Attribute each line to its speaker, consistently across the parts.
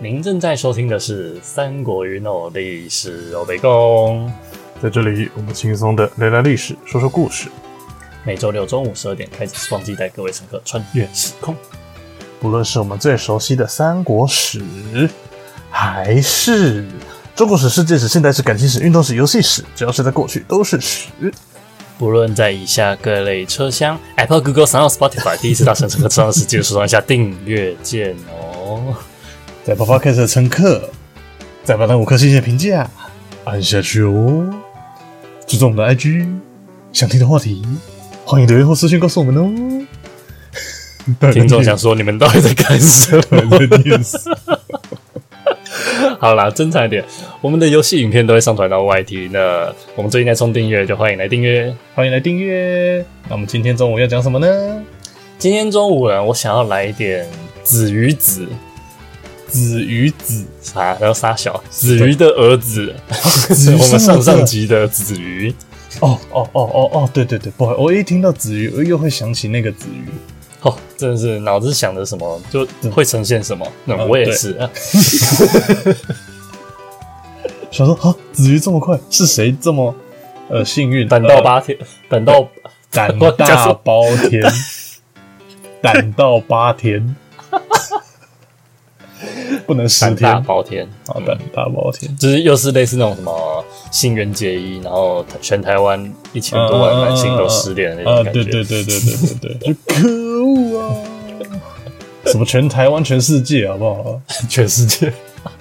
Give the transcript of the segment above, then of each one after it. Speaker 1: 您正在收听的是《三国瑜诺历史欧北共》，
Speaker 2: 在这里，我们轻松的聊聊历史，说说故事。
Speaker 1: 每周六中午十二点开始，忘记带各位乘客穿越时空。
Speaker 2: 不论是我们最熟悉的三国史，还是中国史、世界史、现代史、感情史、运动史、游戏史，只要是在过去都是史。
Speaker 1: 不论在以下各类车厢，Apple、Google、Sound、Spotify，第一次搭乘乘客车上时，记得手上一下订阅键哦。
Speaker 2: 在八八开始的乘客，再把那五颗星星评价按下去哦。追踪我们的 IG，想听的话题，欢迎留言或私信告诉我们哦。
Speaker 1: 听众 想说，你们到底在干什么？
Speaker 2: 的意思，
Speaker 1: 好啦，正常一点。我们的游戏影片都会上传到 YT，那我们最近在冲订阅，就欢迎来订阅。
Speaker 2: 欢迎来订阅。那我们今天中午要讲什么呢？
Speaker 1: 今天中午呢，我想要来一点子鱼子，
Speaker 2: 子与子，
Speaker 1: 啥然后杀小子鱼的儿子，
Speaker 2: 子鱼
Speaker 1: 我们上上
Speaker 2: 集。
Speaker 1: 集的子鱼，
Speaker 2: 哦哦哦哦哦，对对对，不好意思，我一听到子瑜，我又会想起那个子瑜。
Speaker 1: 哦，真的是脑子想着什么就会呈现什
Speaker 2: 哦
Speaker 1: 么。那我也是，啊
Speaker 2: 想说啊，子瑜这么快，是谁这么呃幸运？
Speaker 1: 胆到八天，胆到
Speaker 2: 呃，胆
Speaker 1: 我讲
Speaker 2: 大
Speaker 1: 错
Speaker 2: 包 天，胆到八天，不能十
Speaker 1: 胆
Speaker 2: 天，
Speaker 1: 大
Speaker 2: 好
Speaker 1: 包天，
Speaker 2: 胆大包 天，
Speaker 1: 就是又是类似那种什么新垣结衣，然后全台湾一千多万男性都失恋的那
Speaker 2: 啊，
Speaker 1: 种感
Speaker 2: 对对
Speaker 1: 觉。
Speaker 2: 对对对对对，就可 恶啊！什么全台湾全世界好不好？
Speaker 1: 全世界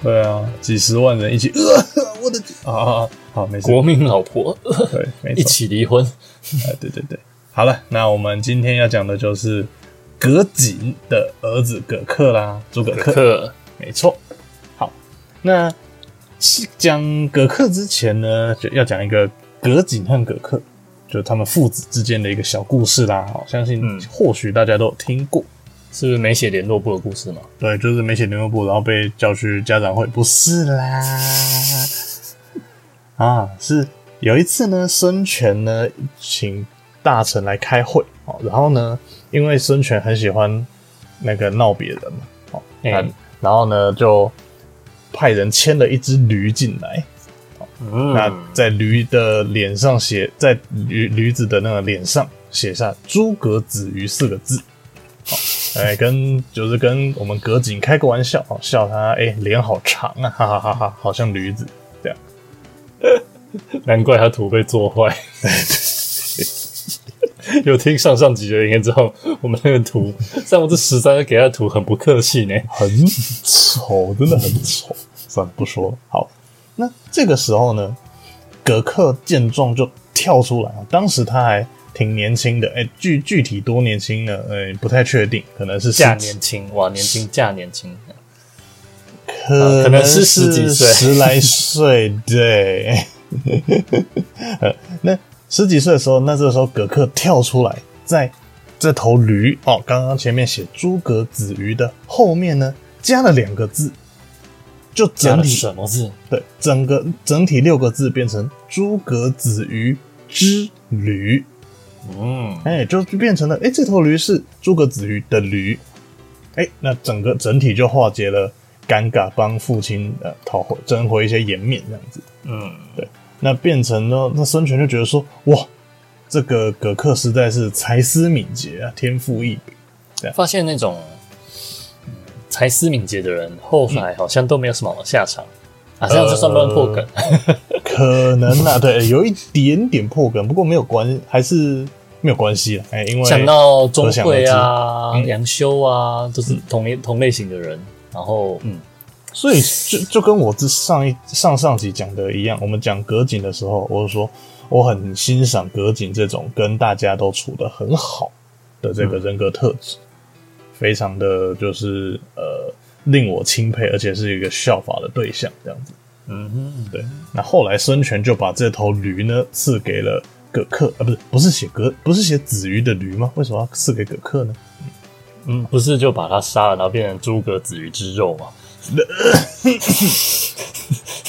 Speaker 2: 对啊，几十万人一起，呃，我的天啊啊啊！好，没事，
Speaker 1: 国民老 婆
Speaker 2: 对，没
Speaker 1: 一
Speaker 2: 错。
Speaker 1: 起离婚，
Speaker 2: 哎，对对对，好了，那我们今天要讲的就是葛瑾的儿子葛克啦，诸葛恪，
Speaker 1: 可
Speaker 2: 没错。好，那是讲葛克之前呢，就要讲一个葛瑾和葛克，就是他们父子之间的一个小故事啦。好，相信
Speaker 1: 嗯
Speaker 2: 或许大家都有听过。
Speaker 1: 是不是没写联络簿的故事吗？
Speaker 2: 对，就是没写联络簿，然后被叫去家长会，不是啦，啊，是有一次呢，孙权呢请大臣来开会哦，然后呢，因为孙权很喜欢那个闹别人嘛，哦，
Speaker 1: 嗯
Speaker 2: 嗯、然后呢就派人牵了一只驴进来，
Speaker 1: 嗯
Speaker 2: 那在驴的脸上写，在驴驴子的那个脸上写下“诸葛子瑜”四个字。好，哎，跟就是跟我们葛瑾开个玩笑，哦，笑他哎脸好长啊，哈哈哈哈，好像驴子这样。
Speaker 1: 难怪他图被做坏。 有听上上集的人应该知道，我们那个图三国志十三给他的图很不客气呢。
Speaker 2: 很丑，真的很丑。算了，不说了。好，那这个时候呢，葛克见状就跳出来啊。当时他还挺年轻的，哎、具具体多年轻呢？哎、不太确定，可能是十
Speaker 1: 嫁
Speaker 2: 几
Speaker 1: 年轻哇，年轻嫁年轻，
Speaker 2: 呃
Speaker 1: 可能是十几岁
Speaker 2: 十来岁，对。 呃那十几岁的时候，那这个时候葛克跳出来，在这头驴哦，刚刚前面写诸葛子瑜的后面呢，加了两个字，就
Speaker 1: 加
Speaker 2: 整
Speaker 1: 了
Speaker 2: 体
Speaker 1: 什么字？
Speaker 2: 对整个整体六个字变成诸葛子瑜之驴，
Speaker 1: 嗯，
Speaker 2: 哎、就就变成了哎、这头驴是诸葛子瑜的驴，哎、那整个整体就化解了尴尬，帮父亲呃讨回争回一些颜面这样子。
Speaker 1: 嗯，
Speaker 2: 那变成了那孙权就觉得说，哇，这个葛克实在是才思敏捷啊，天赋异禀。
Speaker 1: 发现那种嗯才思敏捷的人，后来好像都没有什么好下场啊。这样就算乱破梗，
Speaker 2: 可能啊，对，有一点点破梗，不过没有关，还是没有关系啊。哎、因为
Speaker 1: 想到钟会啊
Speaker 2: 可想而、知嗯
Speaker 1: 杨修啊，都是同类同类型的人。然后，嗯，
Speaker 2: 所以就就跟我之上一上上集讲的一样，我们讲葛瑾的时候，我就说我很欣赏葛瑾这种跟大家都处得很好的这个人格特质，非常的就是呃令我钦佩，而且是一个效法的对象这样子。
Speaker 1: 嗯哼，
Speaker 2: 对，那后来孙权就把这头驴呢赐给了葛克啊，不是不是写葛不是写子瑜的驴吗？为什么要赐给葛克呢？
Speaker 1: 嗯，不是就把他杀了，然后变成诸葛子瑜之肉嘛？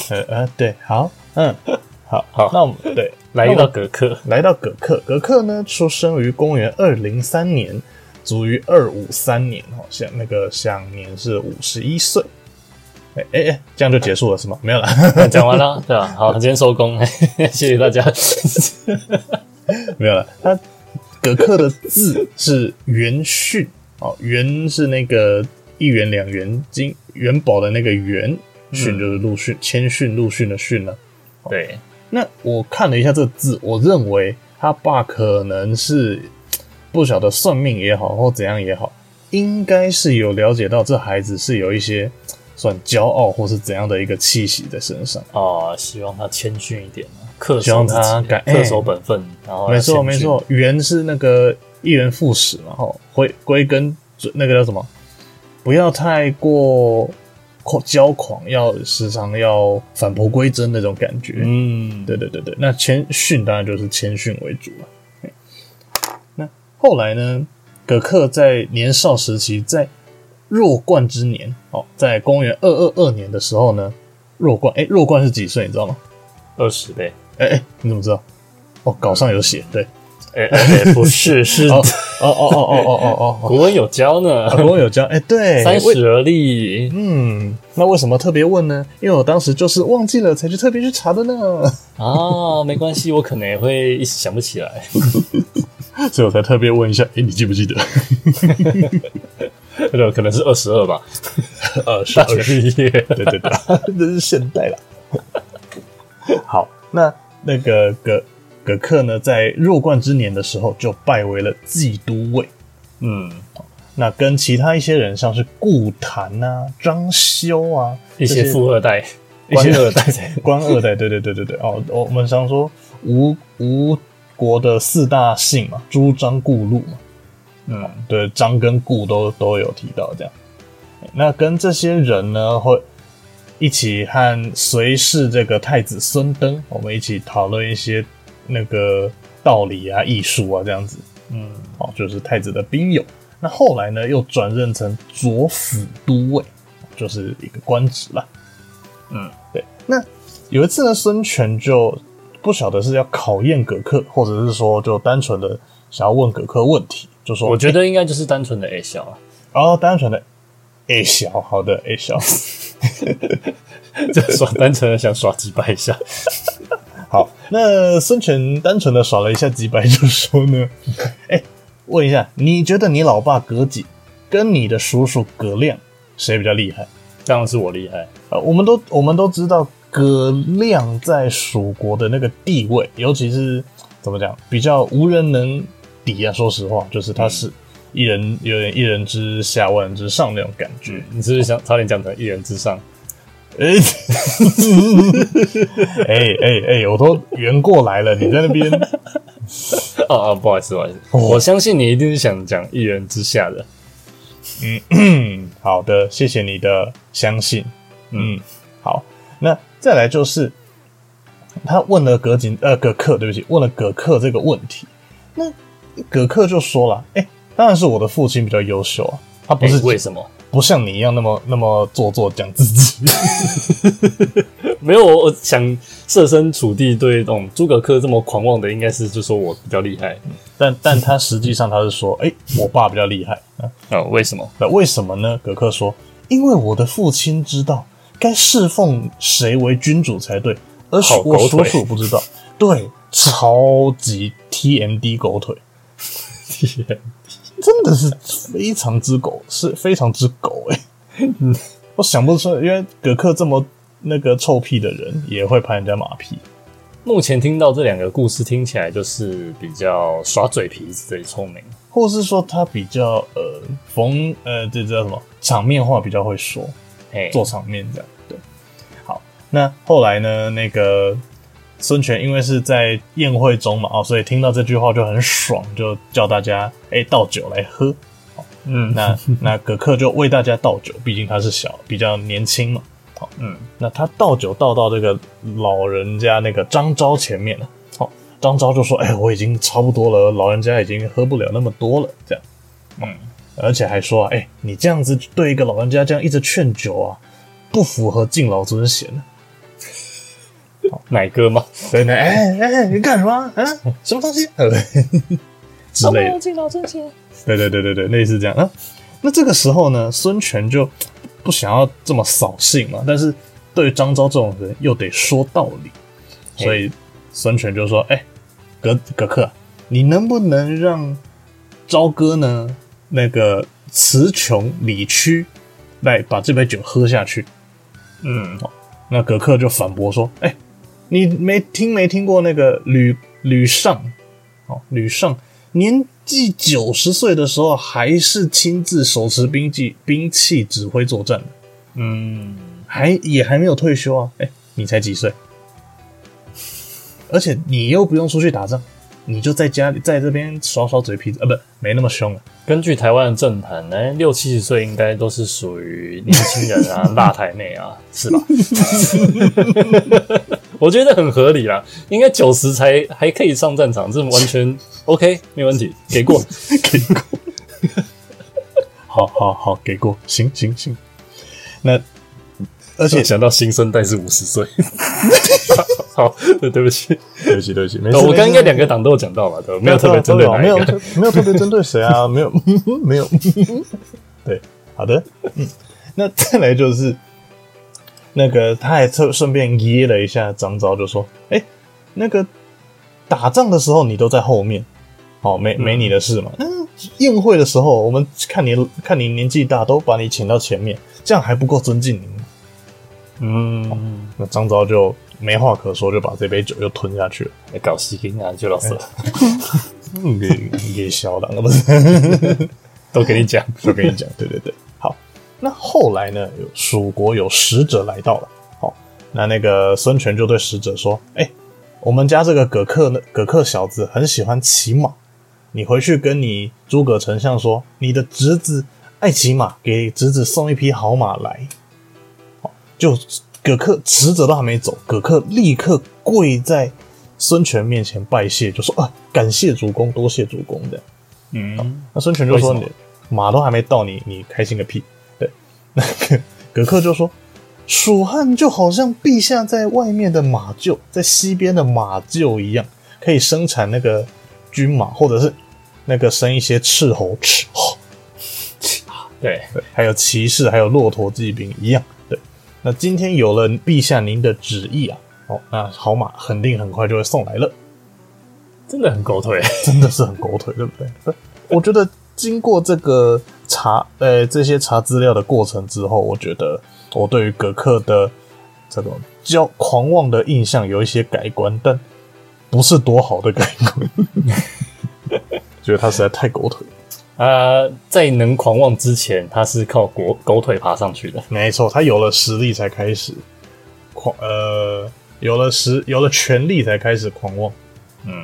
Speaker 2: 呃呃，对，好，嗯，好
Speaker 1: 好
Speaker 2: 那我们对
Speaker 1: 来
Speaker 2: 那
Speaker 1: 一
Speaker 2: 我
Speaker 1: 道格克，
Speaker 2: 来到葛克，葛克呢出生于公元二零三年，卒于二五三年，哦，像那个享年是五十一岁。哎哎哎，这样就结束了是吗？没有了，
Speaker 1: 讲完了，对吧、好，今天收工，谢谢大家。
Speaker 2: 没有了。它葛克的字是元训哦，元是那个一元两元金元宝的那个元，训就是陆逊，谦逊陆逊的啊逊了。
Speaker 1: 对，
Speaker 2: 那我看了一下这个字，我认为他爸可能是不晓得算命也好，或怎样也好，应该是有了解到这孩子是有一些算骄傲或是怎样的一个气息在身上。
Speaker 1: 哦，希望他谦逊一点嘛，恪
Speaker 2: 希望
Speaker 1: 守自己
Speaker 2: 他改哎
Speaker 1: 恪守本分，然后要
Speaker 2: 没错
Speaker 1: 谦
Speaker 2: 没
Speaker 1: 逊，
Speaker 2: 错，元是那个一元复始嘛，吼，归归根那个叫什么？不要太过狂骄狂，要时常要返璞归真那种感觉。
Speaker 1: 嗯，
Speaker 2: 对对对对，那谦逊当然就是谦逊为主了。嘿那后来呢，葛克在年少时期，在弱冠之年，哦，在公元二二二年的时候呢，弱冠，哎、弱冠是几岁？你知道吗？
Speaker 1: 二十呗，
Speaker 2: 哎、哎、你怎么知道？哦，稿上有写，对，
Speaker 1: 哎、 哎哎不是，是
Speaker 2: 哦哦哦哦哦哦哦 哦，
Speaker 1: 国文有教呢，
Speaker 2: 老公有教，哎、对，
Speaker 1: 三
Speaker 2: 为
Speaker 1: 十而立，
Speaker 2: 嗯，那为什么特别问呢？因为我当时就是忘记了，才去特别去查的呢，
Speaker 1: 啊，没关系，我可能也会一时想不起 来。
Speaker 2: 所以我才特别问一下，哎、你记不记得？
Speaker 1: 这个可能是二十二吧，
Speaker 2: 呃，是
Speaker 1: 大学毕业。
Speaker 2: 对对对， 这是现代了。 好，那那个葛葛克呢，在弱冠之年的时候就拜为了季都尉。
Speaker 1: 嗯，
Speaker 2: 那跟其他一些人，像是顾谭啊、张修啊，
Speaker 1: 一些
Speaker 2: 这
Speaker 1: 富二代、
Speaker 2: 一些
Speaker 1: 官二代，
Speaker 2: 官二代，对对对对对。哦，我们常说吴吴国的四大姓嘛，朱张顾陆嘛，
Speaker 1: 嗯，
Speaker 2: 对，张跟顾都都有提到这样。那跟这些人呢，会一起和随侍这个太子孙登，我们一起讨论一些那个道理啊、艺术啊这样子。
Speaker 1: 嗯，
Speaker 2: 哦，就是太子的兵友。那后来呢，又转任成左辅都尉，就是一个官职啦。
Speaker 1: 嗯，
Speaker 2: 对。那有一次呢，孙权就不晓得是要考验葛克，或者是说就单纯的想要问葛克问题，就说
Speaker 1: 我觉得应该就是单纯的 A 小啊，
Speaker 2: 哦，单纯的 A 小，好的 A 小，
Speaker 1: 就耍单纯的想耍几百下。
Speaker 2: 好。那孙权单纯的耍了一下几百，就说呢， 哎、问一下，你觉得你老爸葛瑾跟你的叔叔葛亮谁比较厉害？
Speaker 1: 当然是我厉害，
Speaker 2: 呃，我们都我们都知道葛亮在蜀国的那个地位，尤其是怎么讲，比较无人能敌啊。说实话，就是他是一人有点一人之下万人之上那种感觉。
Speaker 1: 你是不是想差点讲成一人之上？
Speaker 2: 哎哎哎哎，我都圆过来了，你在那边
Speaker 1: 哦哦，哦不好意思，不好意思，
Speaker 2: 哦
Speaker 1: 我相信你一定是想讲一人之下的。
Speaker 2: 嗯，好的，谢谢你的相信。嗯，好，那再来就是他问了葛景呃葛克，对不起，问了葛克这个问题。那葛克就说了，哎、当然是我的父亲比较优秀啊，他不
Speaker 1: 不
Speaker 2: 是、
Speaker 1: 是哎为什么？
Speaker 2: 不像你一样那么那么做作讲自己。
Speaker 1: 没有，我我想设身处地对这种诸葛恪这么狂妄的，应该是就说我比较厉害。
Speaker 2: 但但他实际上他是说，哎、我爸比较厉害。
Speaker 1: 哦，为什么？
Speaker 2: 那为什么呢？葛克说：“因为我的父亲知道该侍奉谁为君主才对，而
Speaker 1: 好
Speaker 2: 我
Speaker 1: 狗
Speaker 2: 叔
Speaker 1: 腿
Speaker 2: 叔不知道。”对，超级 TMD 狗腿，真的是非常之狗，是非常之狗哎、我想不出来，因为葛克这么那个臭屁的人，也会拍人家马屁。
Speaker 1: 目前听到这两个故事，听起来就是比较耍嘴皮子的聪明。
Speaker 2: 或是说他比较呃逢呃这叫什么场面话比较会说，
Speaker 1: 哎，
Speaker 2: 做场面这样。对，好，那后来呢？那个孙权因为是在宴会中嘛，哦，所以听到这句话就很爽，就叫大家哎、倒酒来喝。哦
Speaker 1: 嗯
Speaker 2: 那那葛克就为大家倒酒，毕竟他是小比较年轻嘛。
Speaker 1: 嗯，
Speaker 2: 那他倒酒倒到这个老人家那个张昭前面了。好，张昭就说：“哎、我已经差不多了，老人家已经喝不了那么多了。”这样，哦
Speaker 1: 嗯，
Speaker 2: 而且还说：“哎、你这样子对一个老人家这样一直劝酒啊，不符合敬老尊贤。
Speaker 1: 奶哥吗？”
Speaker 2: 对对，哎哎，你干什么啊？什么东西？呃 之类的。
Speaker 1: 哦敬老尊贤。
Speaker 2: 对对对对对，类似这样啊。那这个时候呢，孙权就不不想要这么扫兴嘛，但是对于张昭这种人又得说道理，
Speaker 1: 嘿
Speaker 2: 所以孙权就说：“哎、格格克，你能不能让朝歌呢那个词穷理屈，来把这杯酒喝下去？”
Speaker 1: 嗯，
Speaker 2: 那格克就反驳说：“哎、你没听没听过那个吕吕尚？哦，吕尚年纪九十岁的时候，还是亲自手持兵器兵器指挥作战的，
Speaker 1: 嗯，
Speaker 2: 还也还没有退休啊！哎、你才几岁？而且你又不用出去打仗，你就在家里在这边耍耍嘴皮子啊，不，没那么凶啊。
Speaker 1: 根据台湾的政坛呢，六七十岁应该都是属于年轻人 啊，辣台妹啊，是吧？ 我觉得很合理啦，应该九十才还可以上战场，这完全 OK，没问题，给过。
Speaker 2: 给过，好好好，给过，行行行。那而且
Speaker 1: 想到新生代是五十岁， 好，对对不起， 哦
Speaker 2: 对不起，对不起，没事。
Speaker 1: 我刚刚应该两
Speaker 2: 个
Speaker 1: 个党都有讲到吧，对吧，没有特别针对哪
Speaker 2: 没
Speaker 1: 一
Speaker 2: 有
Speaker 1: 个。
Speaker 2: 特没有特别针对谁啊，没有 没有。对，好的，嗯，那再来就是那个，他还特顺便噎了一下张昭，就说：“哎、那个打仗的时候你都在后面，哦，没没你的事嘛。嗯，宴会的时候我们看你看你年纪大，都把你请到前面，这样还不够尊敬你吗？”
Speaker 1: 嗯，
Speaker 2: 那张昭就没话可说，就把这杯酒又吞下去了。
Speaker 1: 搞西京啊，就老师
Speaker 2: 嗯，也也小狼啊，不是？
Speaker 1: 都跟你讲，
Speaker 2: 我跟你讲，对对对，好。那后来呢，有蜀国有使者来到了，好，那那个孙权就对使者说：“哎、我们家这个葛克呢，葛克小子很喜欢骑马，你回去跟你诸葛丞相说，你的侄子爱骑马，给侄子送一匹好马来。”就葛克使者都还没走，葛克立刻跪在孙权面前拜谢，就说：“啊，感谢主公，多谢主公。”这样。
Speaker 1: 嗯，
Speaker 2: 那孙权就说
Speaker 1: 为什
Speaker 2: 你
Speaker 1: 么
Speaker 2: 马都还没到你，你开心个屁！对， 那个葛克就说，蜀汉就好像陛下在外面的马厩，在西边的马厩一样，可以生产那个军马，或者是那个生一些斥候、斥候，
Speaker 1: 对，
Speaker 2: 对，还有骑士，还有骆驼骑兵一样。对，那今天有了陛下您的旨意啊，哦，那好马肯定很快就会送来了。
Speaker 1: 真的很狗腿。
Speaker 2: 真的是很狗腿，对不对？ 我觉得经过这个查，呃，这些查资料的过程之后，我觉得我对于葛克的这种骄狂妄的印象有一些改观，但不是多好的改观。 觉得他实在太狗腿了。
Speaker 1: 啊，在能狂妄之前，他是靠狗狗腿爬上去的。
Speaker 2: 没错，他有了实力才开始狂，呃，有了实有了权力才开始狂妄。
Speaker 1: 嗯，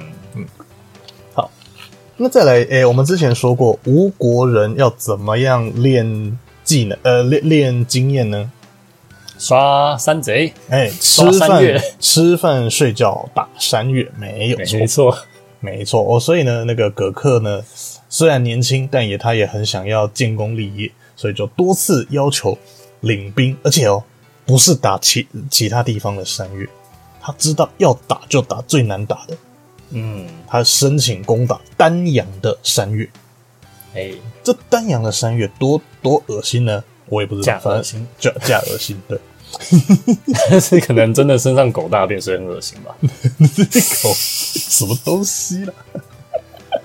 Speaker 2: 那再来，诶、我们之前说过，吴国人要怎么样练技能？呃，练练经验呢？
Speaker 1: 刷山贼，
Speaker 2: 哎、吃
Speaker 1: 刷山
Speaker 2: 饭
Speaker 1: 岳、
Speaker 2: 吃饭、睡觉、打山岳，没有错
Speaker 1: 没，错，
Speaker 2: 没错哦。所以呢，那个葛克呢，虽然年轻，但也他也很想要建功立业，所以就多次要求领兵，而且哦，不是打其其他地方的山岳，他知道要打就打最难打的，
Speaker 1: 嗯，
Speaker 2: 他申请攻打丹阳的山岳。
Speaker 1: 哎、
Speaker 2: 这丹阳的山岳多多恶心呢？我也不知道，
Speaker 1: 假
Speaker 2: 反正
Speaker 1: 恶心，
Speaker 2: 假假恶心，对，
Speaker 1: 但嗯哎是可能真的身上狗大便，所以很恶心 吧。
Speaker 2: 狗什么东西啦？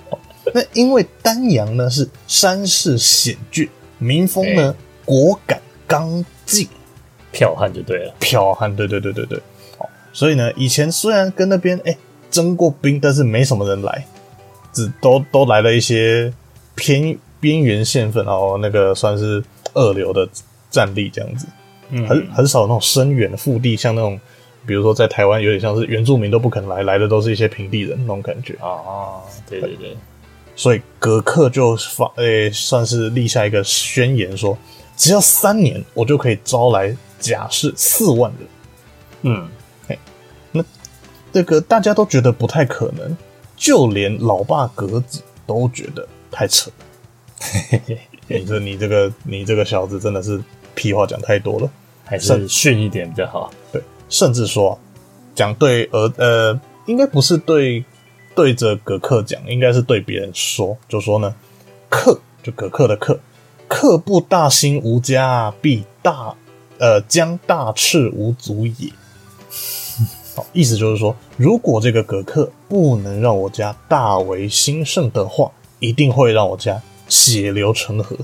Speaker 2: 那因为丹阳呢是山势险峻，民风呢、
Speaker 1: 哎
Speaker 2: 果敢刚劲，
Speaker 1: 剽悍就对了，
Speaker 2: 剽悍，对对对对对，哦所以呢，以前虽然跟那边哎、征过兵，但是没什么人来，只都都来了一些偏边缘县份，然后那个算是二流的战力这样子。
Speaker 1: 嗯，
Speaker 2: 很很少有那种深远的腹地，像那种比如说在台湾有点像是原住民都不肯来，来的都是一些平地人那种感觉。
Speaker 1: 啊，对对对，
Speaker 2: 所以格克就发诶、算是立下一个宣言说，只要三年我就可以招来甲士四万人。
Speaker 1: 嗯，
Speaker 2: 这个大家都觉得不太可能，就连老爸格子都觉得太扯。你这你这个你这个小子真的是屁话讲太多了。
Speaker 1: 还
Speaker 2: 是
Speaker 1: 是训一点比较好。
Speaker 2: 对，甚至说讲对儿呃，应该不是对对着葛克讲，应该是对别人说，就说呢，克就葛克的克，客不大兴无家，必大呃将大赤无足也。 好，意思就是说，如果这个葛克不能让我家大为兴盛的话，一定会让我家血流成河。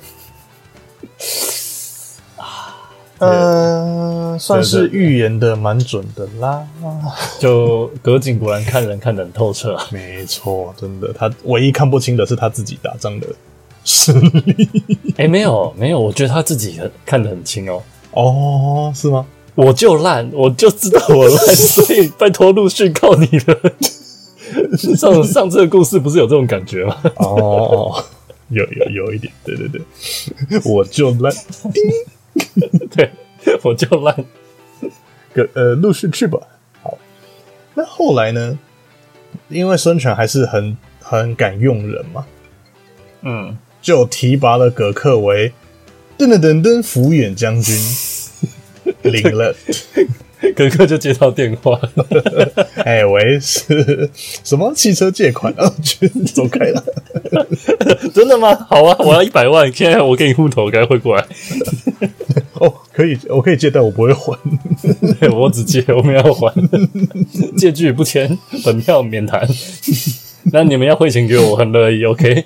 Speaker 2: 嗯、算是预言的蛮准的啦。
Speaker 1: 就葛景果然看人看得很透彻 啊。
Speaker 2: 没错，真的，他唯一看不清的是他自己打仗的 实力。
Speaker 1: 哎、没有没有，我觉得他自己很看得很清哦。
Speaker 2: 哦，是吗？
Speaker 1: 我就烂，我就知道我 烂，所以拜托陆逊靠你了。 上上次的故事不是有这种感觉吗？
Speaker 2: 哦， 有有有一点，对对对，我就烂
Speaker 1: 对，我就烂。
Speaker 2: 个呃，陆续去吧。好，那后来呢？因为孙权还是很很敢用人嘛，
Speaker 1: 嗯，
Speaker 2: 就提拔了葛克为噔噔噔噔抚远将 军，领了。
Speaker 1: 哥哥就接到电话，
Speaker 2: 哎、喂，是什么汽车借款？啊， 去走开了。
Speaker 1: 真的吗？好啊，我要一百万，现在我给你户头，该汇过来。
Speaker 2: 哦，可以，我可以借，但我不会还。
Speaker 1: 对我只借，我们要还，借据不签，本票免谈。 那你们要汇钱给我，我很乐意。OK，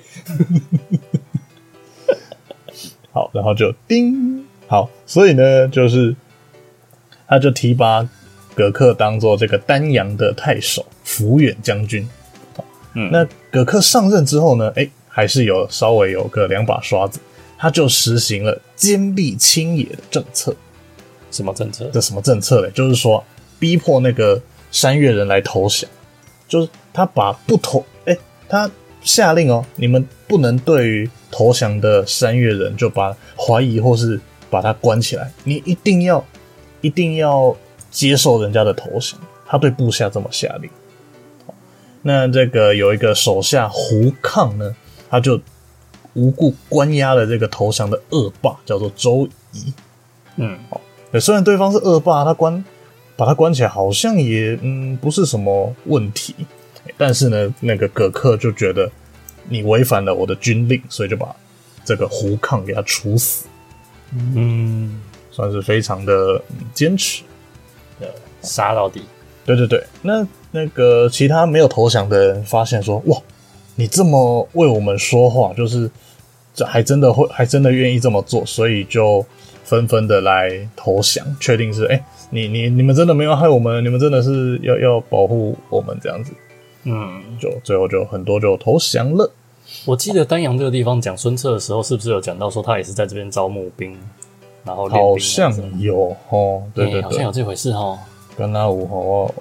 Speaker 2: 好，然后就叮，好，所以呢，就是他就提拔葛克当做这个丹阳的太守、抚远将军。
Speaker 1: 嗯
Speaker 2: 那葛克上任之后呢，哎、还是有稍微有个两把刷子，他就实行了坚壁清野的政策。
Speaker 1: 什么政策？
Speaker 2: 这什么政策嘞？就是说逼迫那个山越人来投降，就是他把不投，哎、他下令哦，你们不能对于投降的山越人就把怀疑或是把他关起来，你一定要一定要接受人家的投降。他对部下这么下令。那这个有一个手下胡抗呢，他就无故关押了这个投降的恶霸，叫做周仪。
Speaker 1: 嗯，
Speaker 2: 对，虽然对方是恶霸，他关把他关起来好像也嗯不是什么问题，但是呢，那个葛克就觉得你违反了我的军令，所以就把这个胡抗给他处死，
Speaker 1: 嗯，
Speaker 2: 算是非常的嗯坚持。
Speaker 1: 杀到底。
Speaker 2: 对对对，那那个其他没有投降的人发现说，哇，你这么为我们说话，就是这还真的会，还真的愿意这么做，所以就纷纷的来投降，确定是，哎、你你你们真的没有害我们，你们真的是要要保护我们这样子，
Speaker 1: 嗯，
Speaker 2: 就最后就很多就投降了。
Speaker 1: 我记得丹阳这个地方讲孙策的时候，是不是有讲到说他也是在这边招募兵，然后练兵
Speaker 2: 好
Speaker 1: 啊什么
Speaker 2: 像
Speaker 1: 的
Speaker 2: 有哦，对
Speaker 1: 欸
Speaker 2: 对
Speaker 1: 好像
Speaker 2: 对
Speaker 1: 有，这回事哦。
Speaker 2: 跟那五吼，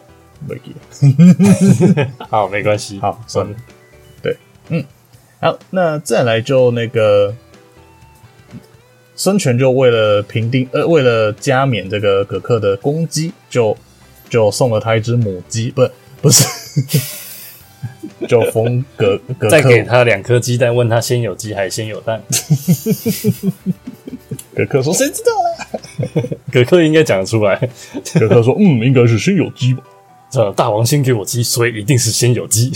Speaker 2: 没记得
Speaker 1: 好，没关系。
Speaker 2: 好，算了
Speaker 1: 嗯。
Speaker 2: 对，嗯，好，那再来就那个孙权就为了平定，呃，为了加冕这个葛克的公鸡，就就送了他一只母鸡，不不是， 就封葛葛
Speaker 1: 再给
Speaker 2: 克
Speaker 1: 他两颗鸡蛋，问他先有鸡还是先有蛋？
Speaker 2: 葛克说谁知道啊啦？
Speaker 1: 葛克应该讲得出来。
Speaker 2: 葛克说嗯，应该是先有鸡吧。
Speaker 1: 这大王先给我鸡，所以一定是先有鸡。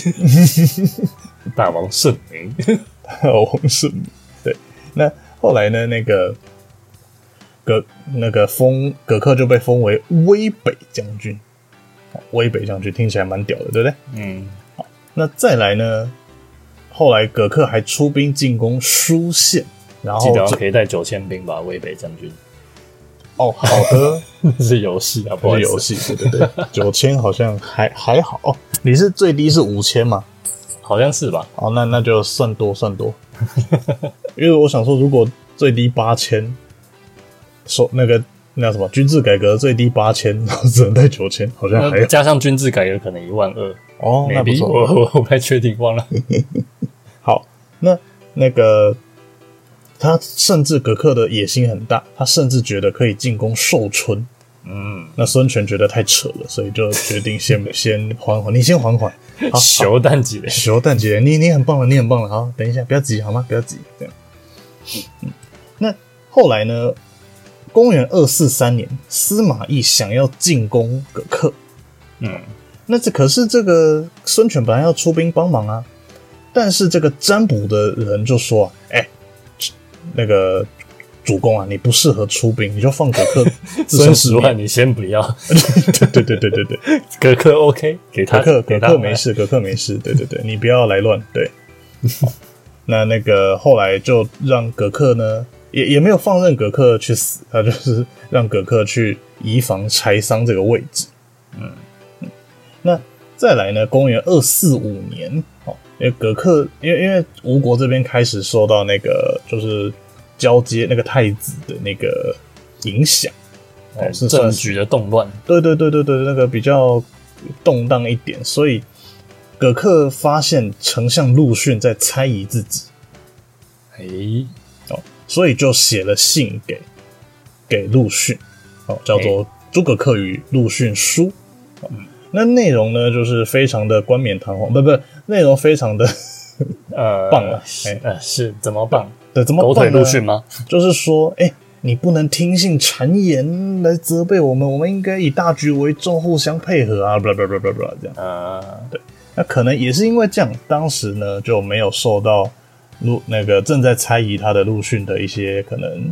Speaker 1: 大王圣明，
Speaker 2: 王胜明。对，那后来呢，那个葛那个封葛克就被封为威北将军。哦威北将军听起来蛮屌的，对不对？
Speaker 1: 嗯，
Speaker 2: 那再来呢，后来葛克还出兵进攻舒县，然
Speaker 1: 记
Speaker 2: 后
Speaker 1: 得要
Speaker 2: 这
Speaker 1: 可以带九千兵吧，威北将军。
Speaker 2: 哦，好的，
Speaker 1: 这是游戏啊，不
Speaker 2: 不
Speaker 1: 好
Speaker 2: 是
Speaker 1: 意思
Speaker 2: 游，戏，对对对，九千好像还还好、哦，你是最低是五千嘛？
Speaker 1: 好像是吧？
Speaker 2: 哦，那那就算多算多， 因为我想说，如果最低八千，说那个那叫什么军制改革最低八千， 然后只能带九千，好像啊还
Speaker 1: 那
Speaker 2: 有
Speaker 1: 加上军制改革，可能一万二
Speaker 2: 哦，那不
Speaker 1: ，maybe
Speaker 2: 错。
Speaker 1: 我我我不太确定，忘了。
Speaker 2: 好，那那个他甚至葛克的野心很大，他甚至觉得可以进攻寿春。
Speaker 1: 嗯，
Speaker 2: 那孙权觉得太扯了，所以就决定先先缓缓，你先缓缓，好
Speaker 1: 球蛋几嘞？
Speaker 2: 熊蛋姐，你你很棒了，你很棒了，好，等一下，不要急好吗？不要急，这样。那后来呢？公元二四三年，司马懿想要进攻葛克，
Speaker 1: 嗯，
Speaker 2: 那这可是这个孙权本来要出兵帮忙啊，但是这个占卜的人就说、啊：“哎、那个主公啊，你不适合出兵，你就放葛克自
Speaker 1: 孙
Speaker 2: 生自
Speaker 1: 十
Speaker 2: 灭。
Speaker 1: 万你先不要，
Speaker 2: 对对对对对，
Speaker 1: 格克 OK，给他
Speaker 2: 葛克
Speaker 1: 给
Speaker 2: 葛
Speaker 1: 他
Speaker 2: 克
Speaker 1: 买
Speaker 2: 没事，葛克没事，对对对，你不要来乱。 对，那那个后来就让葛克呢，也也没有放任葛克去死，他就是让葛克去移防柴桑这个位置。嗯那再来呢，公元二四五年，哦，因为葛克，因为因为吴国这边开始受到那个就是交接那个太子的那个影响，哦，是
Speaker 1: 哎政
Speaker 2: 算是
Speaker 1: 局的动乱，
Speaker 2: 对对对对对，那个比较动荡一点，所以葛克发现丞相陆逊在猜疑自己，
Speaker 1: 诶、
Speaker 2: 哦，所以就写了信给给陆逊，哦，叫做《
Speaker 1: 哎
Speaker 2: 诸葛恪与陆逊书》哦那内容呢，就是非常的冠冕堂皇，不不，内容非常的
Speaker 1: 呃，
Speaker 2: 棒了哎
Speaker 1: 呃，是怎么棒？
Speaker 2: 对，怎么
Speaker 1: 狗腿
Speaker 2: 办呢
Speaker 1: 陆逊吗？
Speaker 2: 就是说，哎、你不能听信谗言来责备我们，我们应该以大局为重，互相配合啊，blah blah blah blah blah 这样。
Speaker 1: 呃，
Speaker 2: 那可能也是因为这样，当时呢就没有受到陆那个正在猜疑他的陆逊的一些可能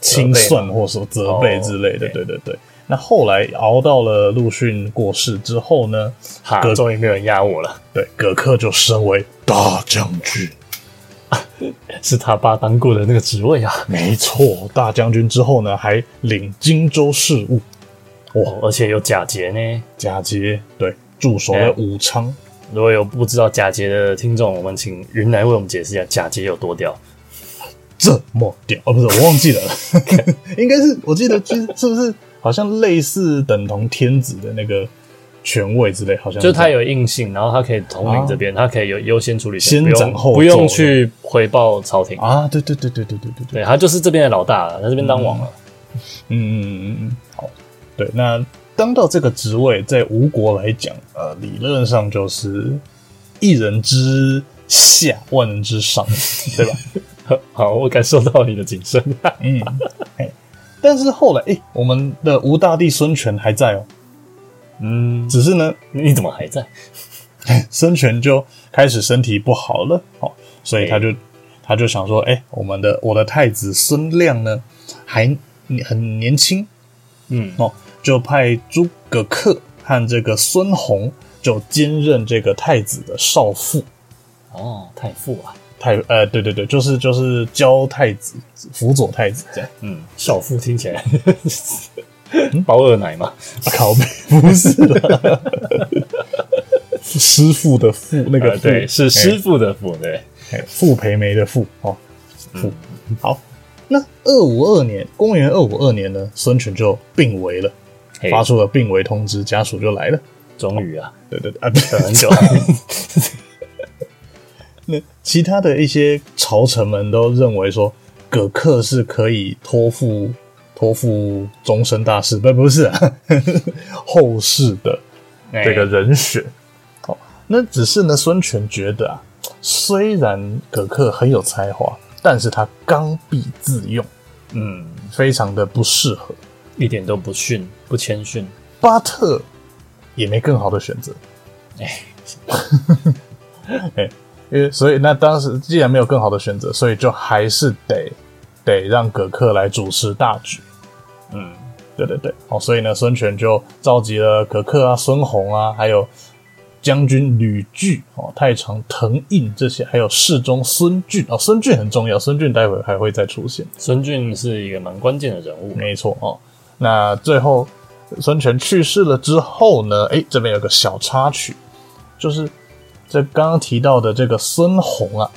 Speaker 2: 清算或者说责备之类的，
Speaker 1: 哦
Speaker 2: 对对对。那后来熬到了陆逊过世之后呢，
Speaker 1: 哈
Speaker 2: 葛，
Speaker 1: 终于没有人压我了，
Speaker 2: 对葛克就升为大将军，
Speaker 1: 是他爸当过的那个职位啊。
Speaker 2: 没错，大将军之后呢还领荆州事务，
Speaker 1: 哦，而且有假节呢。
Speaker 2: 假节对驻守在
Speaker 1: 哎
Speaker 2: 武昌，
Speaker 1: 如果有不知道假节的听众，我们请云来为我们解释一下假节有多屌。
Speaker 2: 这么屌哦，不是我忘记了， 应该是我记得就是是不是好像类似等同天子的那个权位之类，好像
Speaker 1: 就是
Speaker 2: 这
Speaker 1: 他
Speaker 2: 样
Speaker 1: 有硬性，然后他可以统领这边，他可以有优先处理权，
Speaker 2: 哦先
Speaker 1: 不
Speaker 2: 斩
Speaker 1: 用
Speaker 2: 后奏
Speaker 1: 不用去回报朝廷。
Speaker 2: 啊，对对对对对对对对，
Speaker 1: 对他就是这边的老大了，他这边当王了。
Speaker 2: 嗯嗯嗯嗯，好，对，那当到这个职位，在吴国来讲，呃，理论上就是一人之下，万人之上， 对吧？
Speaker 1: 好，我感受到你的谨慎。
Speaker 2: 嗯，嘿但是后来，哎、我们的吴大帝孙权还在哦、
Speaker 1: 嗯，
Speaker 2: 只是呢，
Speaker 1: 你怎么还在？
Speaker 2: 孙权就开始身体不好了，哦，所以他就、他就想说，哎、我们的我的太子孙亮呢，还很年轻
Speaker 1: 嗯，
Speaker 2: 哦，就派诸葛恪和这个孙弘就兼任这个太子的少傅，
Speaker 1: 哦，太傅啊，
Speaker 2: 太呃，对对对，就是就是教太子辅佐太子这样，
Speaker 1: 嗯，少妇听起来 包二奶嘛，
Speaker 2: 啊靠 背不是啦 师傅的傅那个
Speaker 1: 呃，
Speaker 2: 傅、
Speaker 1: 对，是
Speaker 2: 师。
Speaker 1: 师傅的傅，对，
Speaker 2: 哎，傅培梅的傅哦，
Speaker 1: 嗯
Speaker 2: 傅、好。那二五二年，公元二五二年呢，孙权就病危了，
Speaker 1: 嘿
Speaker 2: 发出了病危通知，家属就来了。
Speaker 1: 终于啊，
Speaker 2: 对对对，啊，对
Speaker 1: 等很久，
Speaker 2: 那其他的一些朝臣们都认为说，葛克是可以托付托付终身大事，不不是、啊、 后世的这个
Speaker 1: 哎
Speaker 2: 人选。哦，那只是呢，孙权觉得啊，虽然葛克很有才华，但是他刚愎自用，
Speaker 1: 嗯，
Speaker 2: 非常的不适合。
Speaker 1: 一点都不逊，不谦逊，
Speaker 2: 巴特也没更好的选择， 哎
Speaker 1: 哎，
Speaker 2: 因为所以那当时既然没有更好的选择，所以就还是得得让葛克来主持大局。
Speaker 1: 嗯，
Speaker 2: 对对对，哦，所以呢，孙权就召集了葛克啊、孙弘啊，还有将军吕据、哦太常滕胤这些，还有侍中孙俊哦，孙俊很重要，孙俊待会还会再出现。
Speaker 1: 孙俊是一个蛮关键的人物，
Speaker 2: 没错哦。那最后孙权去世了之后呢？诶，这边有个小插曲，就是这刚刚提到的这个孙弘啊，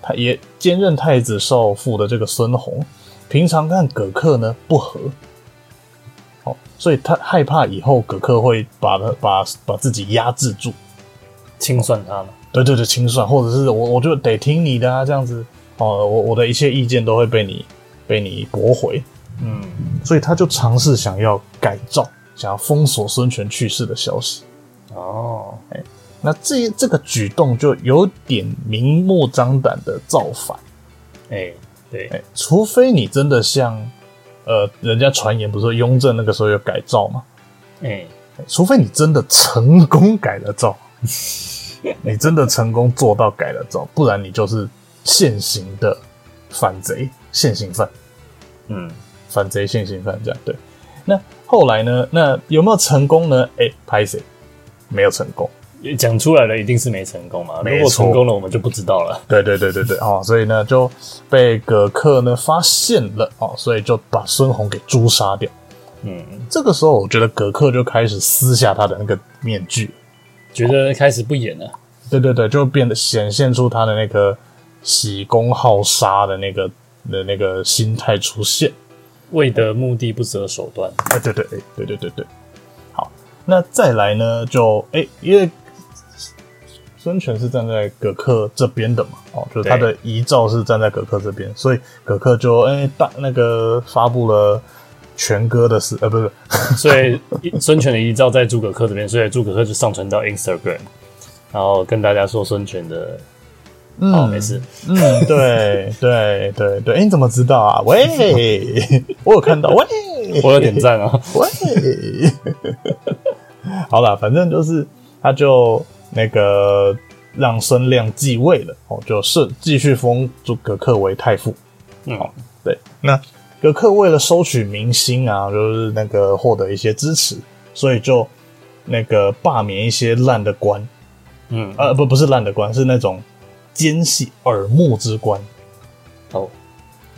Speaker 2: 他也兼任太子少傅的这个孙弘，平常看葛克呢不和，哦，所以他害怕以后葛克会把他把把自己压制住，
Speaker 1: 清算他嘛，
Speaker 2: 对对对，清算，或者是我我就得听你的啊，这样子哦，我我的一切意见都会被你被你驳回，
Speaker 1: 嗯，
Speaker 2: 所以他就尝试想要改造，想要封锁孙权去世的消息。
Speaker 1: 哦，
Speaker 2: 那这这个举动就有点明目张胆的造反，
Speaker 1: 哎，对
Speaker 2: 哎、，除非你真的像，呃，人家传言不是说雍正那个时候有改造嘛、
Speaker 1: 哎，
Speaker 2: 哎除非你真的成功改了造， 你真的成功做到改了造，不然你就是现行的反贼、现行犯、
Speaker 1: 嗯，
Speaker 2: 反贼、现行犯这样对。那后来呢？那有没有成功呢？哎、拍谁？没有成功。
Speaker 1: 也讲出来了，一定是没成功嘛。
Speaker 2: 没错
Speaker 1: 如果成功了，我们就不知道了。
Speaker 2: 对对对对对哦，所以呢就被葛克呢发现了哦，所以就把孙红给诛杀掉。
Speaker 1: 嗯，
Speaker 2: 这个时候，我觉得葛克就开始撕下他的那个面具，
Speaker 1: 觉得开始不演了。
Speaker 2: 对对对，就变得显现出他的那个喜功好杀的那个的那个心态出现。
Speaker 1: 为得目的不择手段，
Speaker 2: 哎，对对，哎，对对对对。好，那再来呢，就哎，因为孙权是站在葛克这边的嘛，哦，就是他的遗诏是站在葛克这边，所以葛克就哎大那个发布了权哥的事，呃，不是，
Speaker 1: 所以孙权的遗照在诸葛恪这边，所以诸葛恪就上传到 Instagram，然后跟大家说孙权的
Speaker 2: 嗯，
Speaker 1: 哦，没事，
Speaker 2: 嗯，对对对 对，哎、你怎么知道啊？ 喂，我有看到，喂，
Speaker 1: 我有点赞啊。
Speaker 2: 喂， 好啦，反正就是他就那个让孙亮继位了，哦，就是继续封诸葛恪为太傅。
Speaker 1: 嗯，
Speaker 2: 对，那葛克为了收取民心啊，就是那个获得一些支持，所以就那个罢免一些烂的官，
Speaker 1: 嗯，
Speaker 2: 呃，不不是烂的官，是那种奸细耳目之官。
Speaker 1: 哦，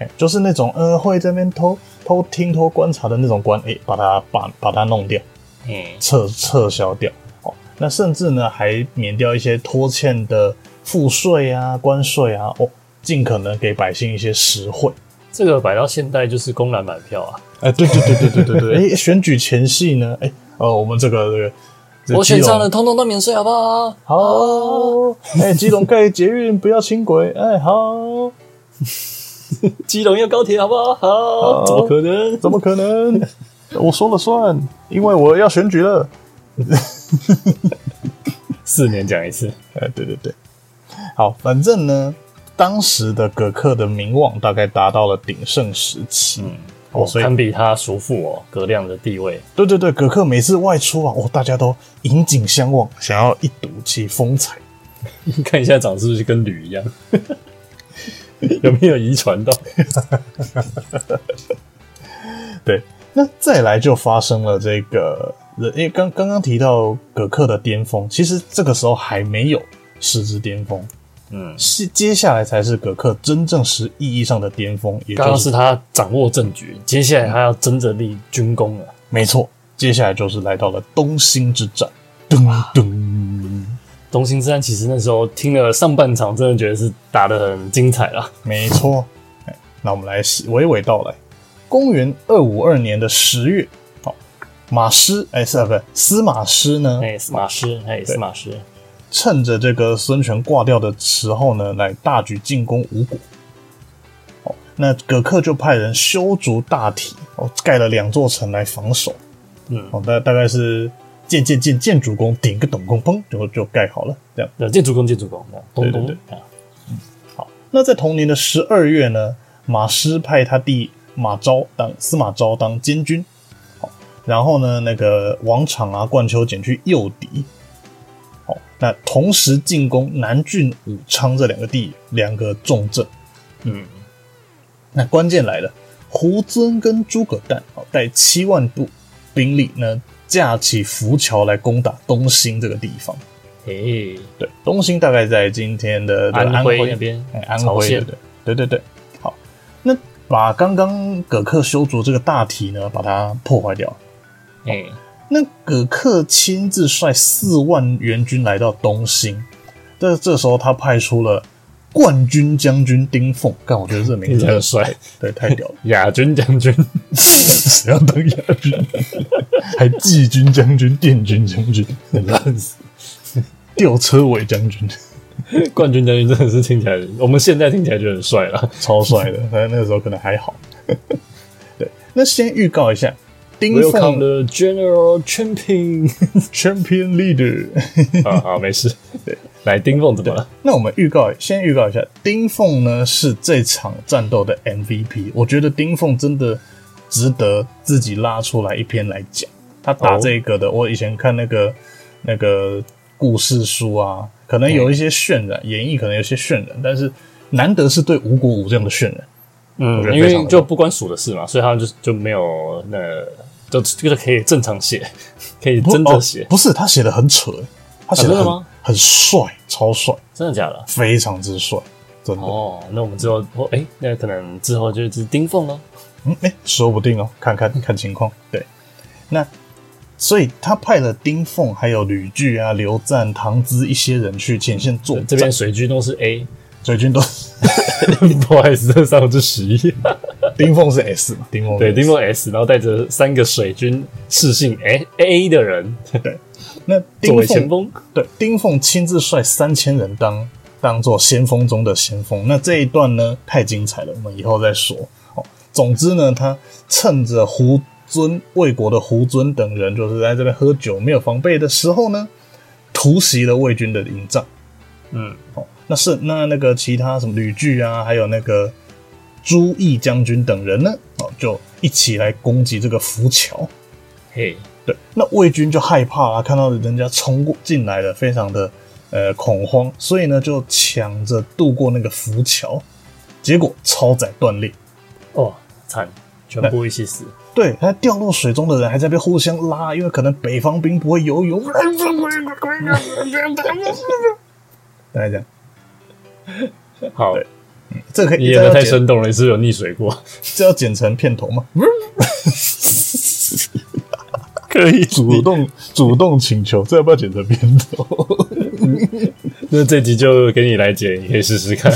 Speaker 2: 哎，就是那种呃会在那边偷偷听、偷观察的那种官，哎、把他把把他弄掉，
Speaker 1: 嗯，
Speaker 2: 撤撤销掉。哦，那甚至呢还免掉一些拖欠的赋税啊、关税啊，哦，尽可能给百姓一些实惠。
Speaker 1: 这个摆到现代就是公然买票啊。
Speaker 2: 哎、对对对对对对对，哎、 选举前夕呢，哎、呃，我们这个这个。这
Speaker 1: 我选
Speaker 2: 基隆
Speaker 1: 上了，通通都免税，好不好？
Speaker 2: 好，哎、基隆盖捷运不要轻轨，哎、好，
Speaker 1: 基隆要高铁，好不好？好，怎么可能？
Speaker 2: 怎么可 能？我说了算，因为我要选举了。
Speaker 1: 四年讲一次，
Speaker 2: 呃，对对对，好，反正呢，当时的葛克的名望大概达到了鼎盛时期。
Speaker 1: 嗯，
Speaker 2: 哦
Speaker 1: 我
Speaker 2: 所以
Speaker 1: 堪比他叔父哦，葛亮的地位，
Speaker 2: 对对对，葛克每次外出啊，哦，大家都引颈相望，想要一睹其风采。
Speaker 1: 看一下长是不是跟吕一样， 有没有遗传到？
Speaker 2: 对，那再来就发生了这个，呃因为刚刚刚提到葛克的巅峰，其实这个时候还没有实质巅峰，
Speaker 1: 嗯，
Speaker 2: 是接下来才是葛克真正实意义上的巅峰，也
Speaker 1: 刚
Speaker 2: 就
Speaker 1: 刚
Speaker 2: 是
Speaker 1: 是他掌握政局，接下来他要真正立军功了。
Speaker 2: 没错，接下来就是来到了东兴之战，噔噔。
Speaker 1: 东兴之战其实那时候听了上半场，真的觉得是打得很精彩啦。
Speaker 2: 没错，哎，那我们来细娓娓道来。公元二五二年的十月，好，马师哎是啊，不是司马师呢，
Speaker 1: 哎，司马师，哎，司马师，
Speaker 2: 趁着这个孙权挂掉的时候呢，来大举进攻吴国。哦，那葛克就派人修筑大堤，哦，盖了两座城来防守。
Speaker 1: 嗯，
Speaker 2: 哦，大大概是建建建建主公顶个董公砰就就盖好了，这样。
Speaker 1: 对，建筑工，建筑工，
Speaker 2: 对
Speaker 1: 东
Speaker 2: 对
Speaker 1: 东
Speaker 2: 对
Speaker 1: 啊，
Speaker 2: 那在同年的十二月呢，马师派他弟马昭当司马昭当监军，好，然后呢，那个王场啊、冠丘简去诱敌，好，那同时进攻南郡、武昌这两个地两个重镇。
Speaker 1: 嗯，
Speaker 2: 那关键来了，胡遵跟诸葛诞哦带七万步兵力呢，架起浮桥来攻打东兴这个地方。
Speaker 1: 哎，
Speaker 2: 对，东兴大概在今天的这个
Speaker 1: 安
Speaker 2: 徽
Speaker 1: 徽那边
Speaker 2: 哎，，安
Speaker 1: 朝
Speaker 2: 徽对
Speaker 1: 鲜，
Speaker 2: 对对对对。好，那把刚刚葛克修筑这个大堤呢，把它破坏掉。
Speaker 1: 哎，
Speaker 2: 那葛克亲自率四万援军来到东兴，这这时候他派出了冠军将军丁奉，干，我觉得这名
Speaker 1: 听起
Speaker 2: 字
Speaker 1: 来很帅，，
Speaker 2: 对，太 屌了
Speaker 1: 亚军将军，
Speaker 2: 谁要当亚军？还季军将军、殿军将军、
Speaker 1: 烂死。
Speaker 2: 吊车尾将军，
Speaker 1: 冠军将军真的是听起来，我们现在听起来就很帅了。
Speaker 2: 超帅的。但那个时候可能还好。 对，那先预告一下，丁
Speaker 1: Welcome
Speaker 2: 奉
Speaker 1: the General Champion
Speaker 2: ，Champion Leader。
Speaker 1: 啊，好，没事。来，丁凤怎么了？
Speaker 2: 那我们预告先预告一下，丁凤呢是这场战斗的 MVP。我觉得丁凤真的值得自己拉出来一篇来讲。他打
Speaker 1: 哦
Speaker 2: 这个的，我以前看那个那个故事书啊，可能有一些渲染，演绎可能有些渲染，但是难得是对吴国武这样的渲染。
Speaker 1: 嗯
Speaker 2: 我觉，得
Speaker 1: 因
Speaker 2: 非常
Speaker 1: 为
Speaker 2: 的
Speaker 1: 就不关属的事嘛，所以他就就没有那就就是可以正常写， 可以
Speaker 2: 不
Speaker 1: 真的写
Speaker 2: 哦，，不是他写的很扯、欸他写的
Speaker 1: 啊真的
Speaker 2: 很、
Speaker 1: 吗
Speaker 2: 很帅，超帅，
Speaker 1: 真的假的？
Speaker 2: 非常之帅，真的。
Speaker 1: 哦，那我们之后，哦哎、那可能之后就是丁凤喽。
Speaker 2: 嗯，哎、说不定哦，看看看情况。对，那所以他派了丁奉、还有吕据啊、刘赞、唐资一些人去前线作
Speaker 1: 这边
Speaker 2: 战，
Speaker 1: 水军都是 A，
Speaker 2: 水军都
Speaker 1: 不好意思，这上是十一。
Speaker 2: 丁奉是 S 嘛，丁奉
Speaker 1: 对，丁
Speaker 2: 凤。
Speaker 1: 凤 S，然后带着三个水军视信 A A 的人
Speaker 2: 那
Speaker 1: 作
Speaker 2: 丁
Speaker 1: 为前
Speaker 2: 奉
Speaker 1: 锋，
Speaker 2: 对丁奉亲自率三千人当当做先锋中的先锋。那这一段呢，太精彩了，我们以后再说。哦，总之呢，他趁着胡尊魏国的胡尊等人就是在这边喝酒没有防备的时候呢，突袭了魏军的营帐。
Speaker 1: 嗯，
Speaker 2: 哦，那是那那个其他什么吕据啊，还有那个朱毅将军等人呢，哦，就一起来攻击这个浮桥。
Speaker 1: 嘿，
Speaker 2: 对，那魏军就害怕啊，看到人家冲过进来了，非常的呃恐慌，所以呢就抢着渡过那个浮桥，结果超载断裂。
Speaker 1: 哦，惨，全部一起死。
Speaker 2: 对，他掉落水中的人还在被互相拉，因为可能北方兵不会游泳。 大家讲，
Speaker 1: 好，
Speaker 2: 这个可
Speaker 1: 你
Speaker 2: 以
Speaker 1: 演的
Speaker 2: 这
Speaker 1: 太
Speaker 2: 要剪
Speaker 1: 生动了，你是不是有溺水 过？
Speaker 2: 这要剪成片头吗？
Speaker 1: 可以，
Speaker 2: 主动主动请求，这要不要剪成片头？
Speaker 1: 那这集就给你来剪，你可以试试看。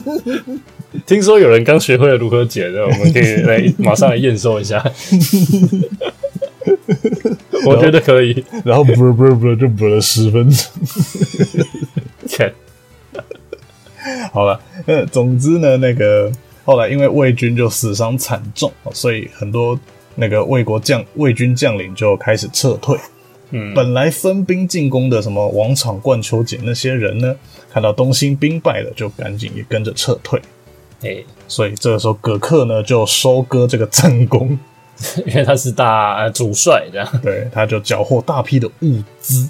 Speaker 1: 听说有人刚学会了如何剪的，我们可以来马上来验收 一下。我觉得可以，
Speaker 2: 然后不不不就补了十分钟。
Speaker 1: 看
Speaker 2: 好了，呃，总之呢，那个后来因为魏军就死伤惨重，哦所以很多那个魏国将魏军将领就开始撤退。
Speaker 1: 嗯
Speaker 2: 本来分兵进攻的什么王场、冠丘简那些人呢，看到东兴兵败了，就赶紧也跟着撤退。
Speaker 1: 哎、
Speaker 2: 所以这个时候葛克呢就收割这个战功，
Speaker 1: 因为他是大呃主帅这样，
Speaker 2: 对，他就缴获大批的物资。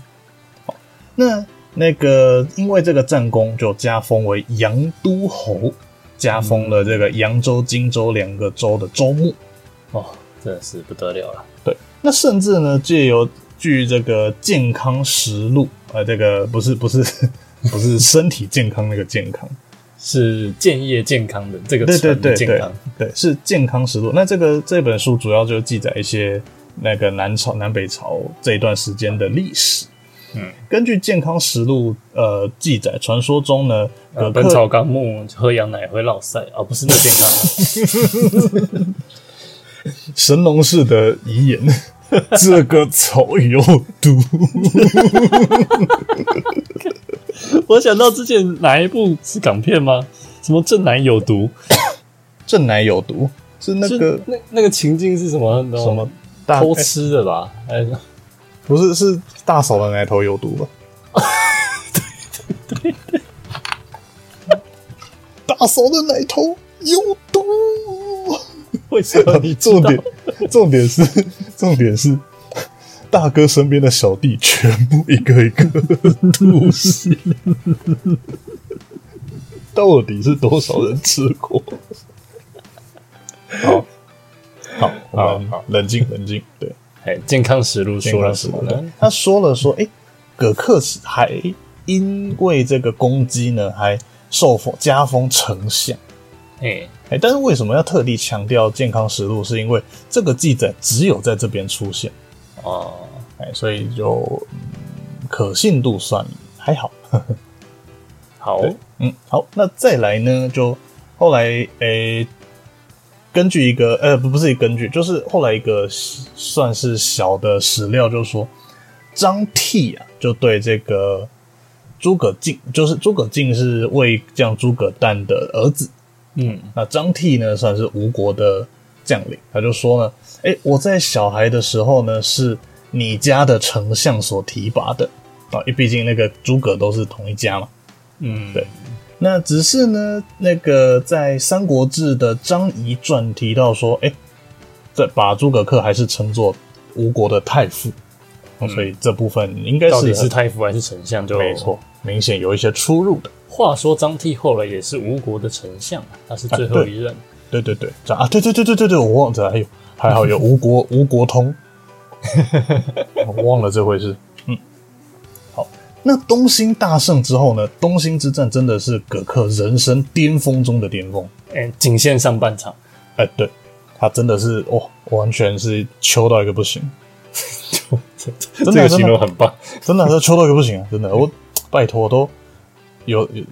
Speaker 2: 那那个因为这个战功，就加封为扬都侯，加封了这个扬州、荆州两个州的州牧。
Speaker 1: 哦，真的是不得了了。
Speaker 2: 对，那甚至呢，借由据这个《健康实录》，呃，这个不是不是 不是身体健康那个健康，
Speaker 1: 是建业健康的这个
Speaker 2: 对对
Speaker 1: 城
Speaker 2: 对
Speaker 1: 的健
Speaker 2: 对
Speaker 1: 康，
Speaker 2: 对，是《健康实录》。那这个这本书主要就记载一些那个南朝、南北朝这一段时间的历史。
Speaker 1: 嗯，
Speaker 2: 根据《健康实录》呃记载，传说中呢，
Speaker 1: 呃《
Speaker 2: 葛
Speaker 1: 本
Speaker 2: 克
Speaker 1: 草纲目》喝羊奶会落腮啊，不是那健康，
Speaker 2: 神农氏的遗言， 这个 草有毒。
Speaker 1: 我想到之前哪一部是港片吗？什么正男有毒？
Speaker 2: 正奶有毒，是哦那
Speaker 1: 就
Speaker 2: 个
Speaker 1: 那那个情境是什么？你知道
Speaker 2: 什
Speaker 1: 吗
Speaker 2: 么大
Speaker 1: 偷
Speaker 2: 哎
Speaker 1: 吃的吧？ 哎，
Speaker 2: 不是是大嫂的奶头有毒吧？对对对， 大嫂的奶头有毒。
Speaker 1: 为什么你知
Speaker 2: 重
Speaker 1: 道
Speaker 2: 点重点是 重点是大哥身边的小弟全部一个 一个吐血，到底是多少人吃过？好，好，我们
Speaker 1: 好
Speaker 2: 冷静冷静，对。
Speaker 1: 哎，健康实录说了什么
Speaker 2: 对
Speaker 1: 呢？？
Speaker 2: 他说了说，哎、葛克还因为这个攻击呢，还受封加封丞相。
Speaker 1: 哎，
Speaker 2: 哎、但是为什么要特地强调健康实录？是因为这个记载只有在这边出现，
Speaker 1: 哦，
Speaker 2: 哎、所以就、嗯可信度算还好。
Speaker 1: 好，
Speaker 2: 嗯，好，那再来呢，就后来诶、根据一个呃，不不是根据，就是后来一个算是呃小的史料，就说张悌啊，就对这个诸葛敬，就是诸葛敬是魏将诸葛诞的儿子，
Speaker 1: 嗯，
Speaker 2: 那张悌呢，算是吴国的将领，他就说呢，哎、我在小孩的时候呢，是你家的丞相所提拔的啊，因为毕竟那个诸葛都是同一家嘛。
Speaker 1: 嗯，
Speaker 2: 对那只是呢，那个在《三国志》的张仪传提到说，哎、这把诸葛恪还是称作吴国的太傅，所以这部分应该
Speaker 1: 到底
Speaker 2: 是
Speaker 1: 是太傅还是丞相？就
Speaker 2: 没错，明显有一些出入的。
Speaker 1: 话说张悌后来也是吴国的丞相啊，他是最后一任。
Speaker 2: 对对对，这样啊，对对对对对对，我忘了，还有还好有吴国吴国通，我忘了这回事。嗯，好，那东兴大胜之后呢？东兴之战真的是葛克人生巅峰中的巅峰。
Speaker 1: 哎、仅限上半场，
Speaker 2: 哎、对他真的是哇、完全是秋到一个不行，
Speaker 1: 这个
Speaker 2: 的真的
Speaker 1: 形容很棒。
Speaker 2: 真的是秋到一个不行啊！真的，我拜托都有有，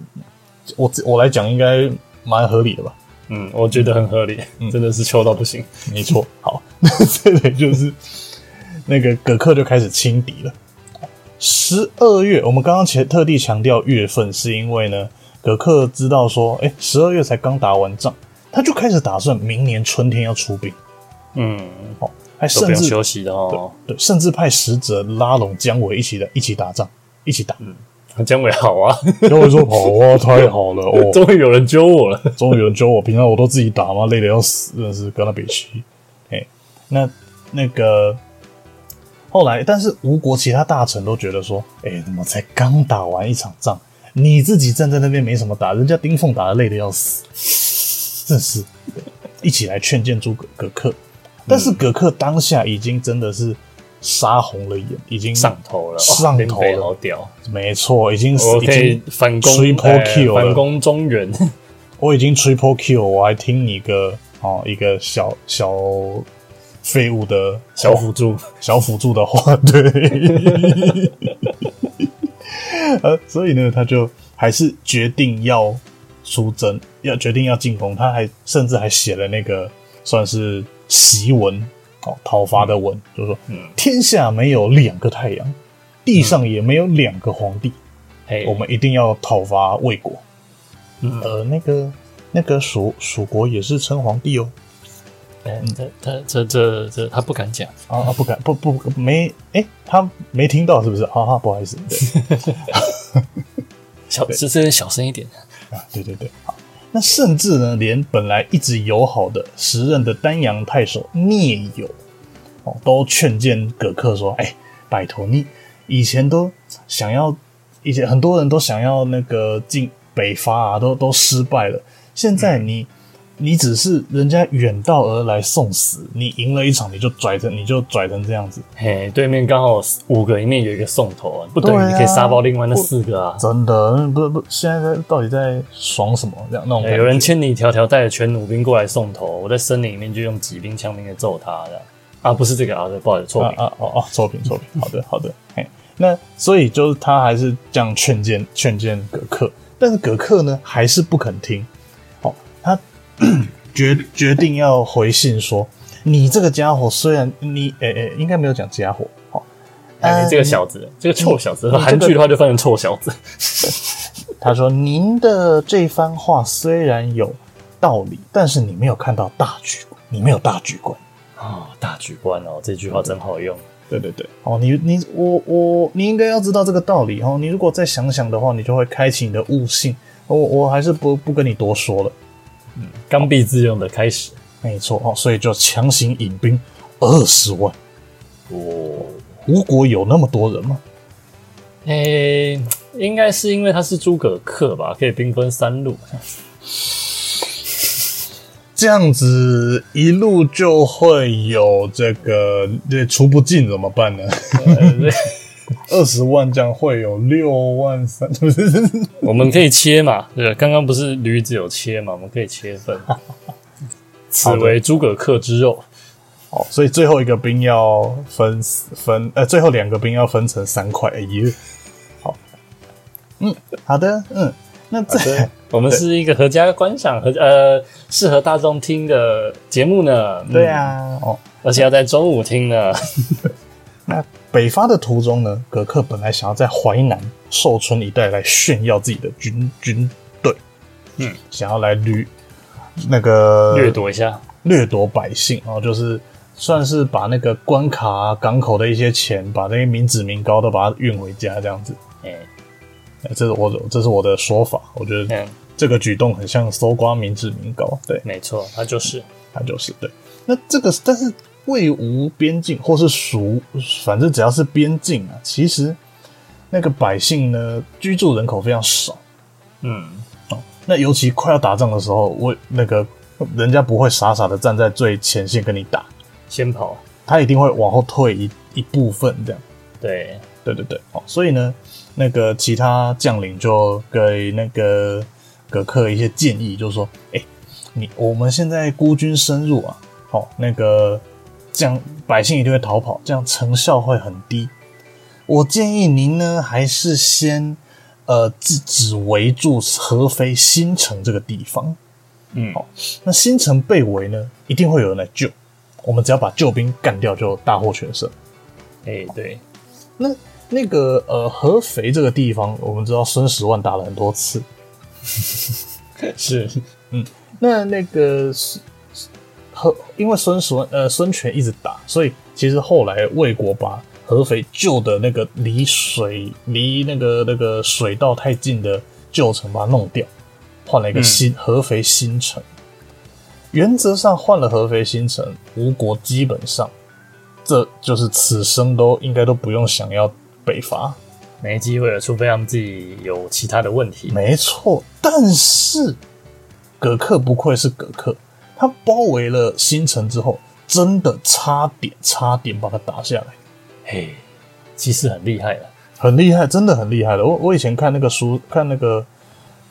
Speaker 2: 我我来讲应该蛮合理的吧？
Speaker 1: 嗯，我觉得很合理，
Speaker 2: 嗯
Speaker 1: 真的是秋到不行。
Speaker 2: 没错，好， 那这里就是那个葛克就开始轻敌了。十二月，我们刚刚前特地强调月份，是因为呢，葛克知道说，哎、十二月才刚打完仗，他就开始打算明年春天要出兵，
Speaker 1: 嗯，
Speaker 2: 哦，还
Speaker 1: 都不
Speaker 2: 甚
Speaker 1: 用
Speaker 2: 至
Speaker 1: 休息的哦。
Speaker 2: 对，甚至派使者拉拢姜维一起的一起打仗，一起打。
Speaker 1: 嗯姜伟好啊，
Speaker 2: 姜维说：“好啊，太好了哦，
Speaker 1: 终于有人揪我了。
Speaker 2: 终于有人揪我，平常我都自己打嘛，累得要死，真的是跟他比气。哎、那那个后来，但是吴国其他大臣都觉得说，哎、怎么才刚打完一场仗，你自己站在那边没什么打，人家丁奉打的累得要死，真是一起来劝谏诸葛葛克。但是葛克当下已经真的是杀红了眼，已经
Speaker 1: 上头了，哇
Speaker 2: 上
Speaker 1: 林
Speaker 2: 头
Speaker 1: 北
Speaker 2: 了
Speaker 1: 好屌！
Speaker 2: 没错，已经
Speaker 1: 我
Speaker 2: 已
Speaker 1: 可以
Speaker 2: 经
Speaker 1: 反攻，
Speaker 2: triple
Speaker 1: 呃
Speaker 2: kill 了
Speaker 1: 反攻中 原。
Speaker 2: 我已经 triple kill，我还听你个哦一个小小废物的
Speaker 1: 小辅助，
Speaker 2: 小辅助的话， 对，呃，所以呢，他就还是决定要出征，要决定要进攻，他还甚至还写了那个算是檄文，哦，讨伐的文，就说、天下没有两个太阳，地上也没有两个皇帝，
Speaker 1: 嘿，
Speaker 2: 我们一定要讨伐魏国。
Speaker 1: 嗯
Speaker 2: 呃，那个那个蜀蜀国也是称皇帝哦。
Speaker 1: 哎这这这这这他不敢讲，
Speaker 2: 啊啊，不敢不不没哎、他没听到是不是？哈、哈，不好意思，对
Speaker 1: 小这这小声一点。
Speaker 2: 啊，对对对，好。那甚至呢，连本来一直友好的时任的丹阳太守聂友，哦，都劝谏葛克说：“哎、拜托你，以前都想要，以前很多人都想要那个进北伐啊，都都失败了。现在
Speaker 1: 嗯
Speaker 2: 你，你只是人家远道而来送死，你赢了一场，你就拽成，你就拽成这样子，
Speaker 1: 嘿，对面刚好五个里面有一个送头啊，不等
Speaker 2: 对啊
Speaker 1: 于你可以杀爆另外那四个啊。
Speaker 2: 真的，不不，现在在到底在爽什么？这样那种
Speaker 1: 哎
Speaker 2: 感觉
Speaker 1: 有人千里迢迢带着全弩兵过来送头，我在森林里面就用骑兵、枪兵给揍他的。啊，不是这个啊，对不好意思，错
Speaker 2: 啊
Speaker 1: 兵。
Speaker 2: 啊哦哦，错评错 评，好的好的，嘿，那所以就是他还是这样劝谏劝谏葛克，但是葛克呢还是不肯听，哦，他 决决定要回信说，你这个家伙虽然你诶诶、应该没有讲家伙，哦，
Speaker 1: 哎，你这个
Speaker 2: 嗯
Speaker 1: 小子，嗯这个臭小子，
Speaker 2: 你
Speaker 1: 韩剧的话就翻成臭小子。
Speaker 2: 他说您的这番话虽然有道理，但是你没有看到大局，你没有大局观。
Speaker 1: 啊，大局观哦，这句话真好用。
Speaker 2: 对对对，哦，你你我我你应该要知道这个道理哦。你如果再想想的话，你就会开启你的悟性。哦我我还是不不跟你多说了，
Speaker 1: 刚愎自用的开始。
Speaker 2: 没错哦，所以就强行引兵二十万。
Speaker 1: 哦，
Speaker 2: 吴国有那么多人吗？
Speaker 1: 诶、应该是因为他是诸葛恪吧，可以兵分三 路。
Speaker 2: 这样子一路就会有这个这出不进怎么办呢？
Speaker 1: 呃
Speaker 2: 二十万这样会有六万三， 不是
Speaker 1: 我们可以切嘛，对，刚刚不是驴子有切嘛，我们可以切 分。此为诸葛恪之肉，
Speaker 2: 哦，所以最后一个兵要分分，呃，最后两个兵要分成三块。哎呦，好，嗯，好的，嗯，那这
Speaker 1: 对，我们是一个合家观赏、合呃适合大众听的节目呢。嗯
Speaker 2: 对，啊，哦，
Speaker 1: 而且要在中午听呢。
Speaker 2: 那北伐的途中呢，葛克本来想要在淮南、寿春一带来炫耀自己的军军队，
Speaker 1: 嗯，
Speaker 2: 想要来掠那个
Speaker 1: 掠夺一下，
Speaker 2: 掠夺百姓哦，就是算是把那个关卡啊、港口的一些钱，把那些民脂民膏都把它运回家，这样子。
Speaker 1: 哎、
Speaker 2: 呃这是我的这是我的说法，我觉得
Speaker 1: 嗯，
Speaker 2: 这个举动很像搜刮民脂民膏，对，
Speaker 1: 没错，他就是
Speaker 2: 他就是对。那这个但是魏吴边境或是蜀，反正只要是边境啊，其实那个百姓呢居住人口非常少，
Speaker 1: 嗯，
Speaker 2: 那尤其快要打仗的时候，我那个人家不会傻傻的站在最前线跟你打，
Speaker 1: 先跑，
Speaker 2: 他一定会往后退一一部分这样。
Speaker 1: 对，
Speaker 2: 对对对，好，所以呢，那个呃其他将领就给那个葛克一些建议，就是说，哎、你我们现在孤军深入啊，好、那个这样百姓一定会逃跑，这样成效会很低。我建议您呢，还是先呃，自只围住合肥新城这个地方。
Speaker 1: 嗯，
Speaker 2: 那新城被围呢，一定会有人来救，我们只要把救兵干掉，就大获全胜。
Speaker 1: 哎、对，
Speaker 2: 那那个呃，合肥这个地方，我们知道孙十万打了很多次。
Speaker 1: 是，
Speaker 2: 那那个孙合，因为孙十万呃孙权一直打，所以其实后来魏国把合肥旧的那个离水离那个那个水道太近的旧城把它弄掉，换了一个新、合肥新城。原则上换了合肥新城，吴国基本上这就是此生都应该都不用想要北伐。
Speaker 1: 没机会了，除非让自己有其他的问题。
Speaker 2: 没错，但是葛克不愧是葛克，他包围了新城之后，真的差点差点把他打下来，
Speaker 1: 嘿，其实很厉害啊了，
Speaker 2: 很厉害，真的很厉害的。我我以前看那个书，看那个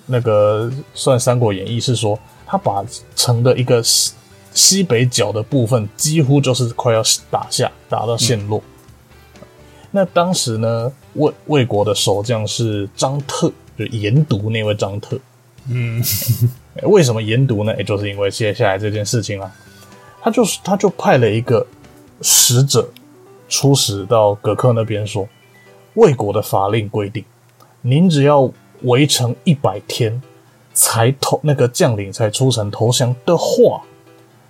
Speaker 2: 那个算《三国演义》，是说他把城的一个西西北角的部分，几乎就是快要打下，打到陷落。那当时呢，魏魏国的守将是张特，就是研读那位张特。
Speaker 1: 嗯，
Speaker 2: 欸为什么研读呢？也、就是因为接下来这件事情啊，他就是他就派了一个使者出使到葛克那边说，魏国的法令规定，您只要围城一百天才投那个将领才出城投降的话，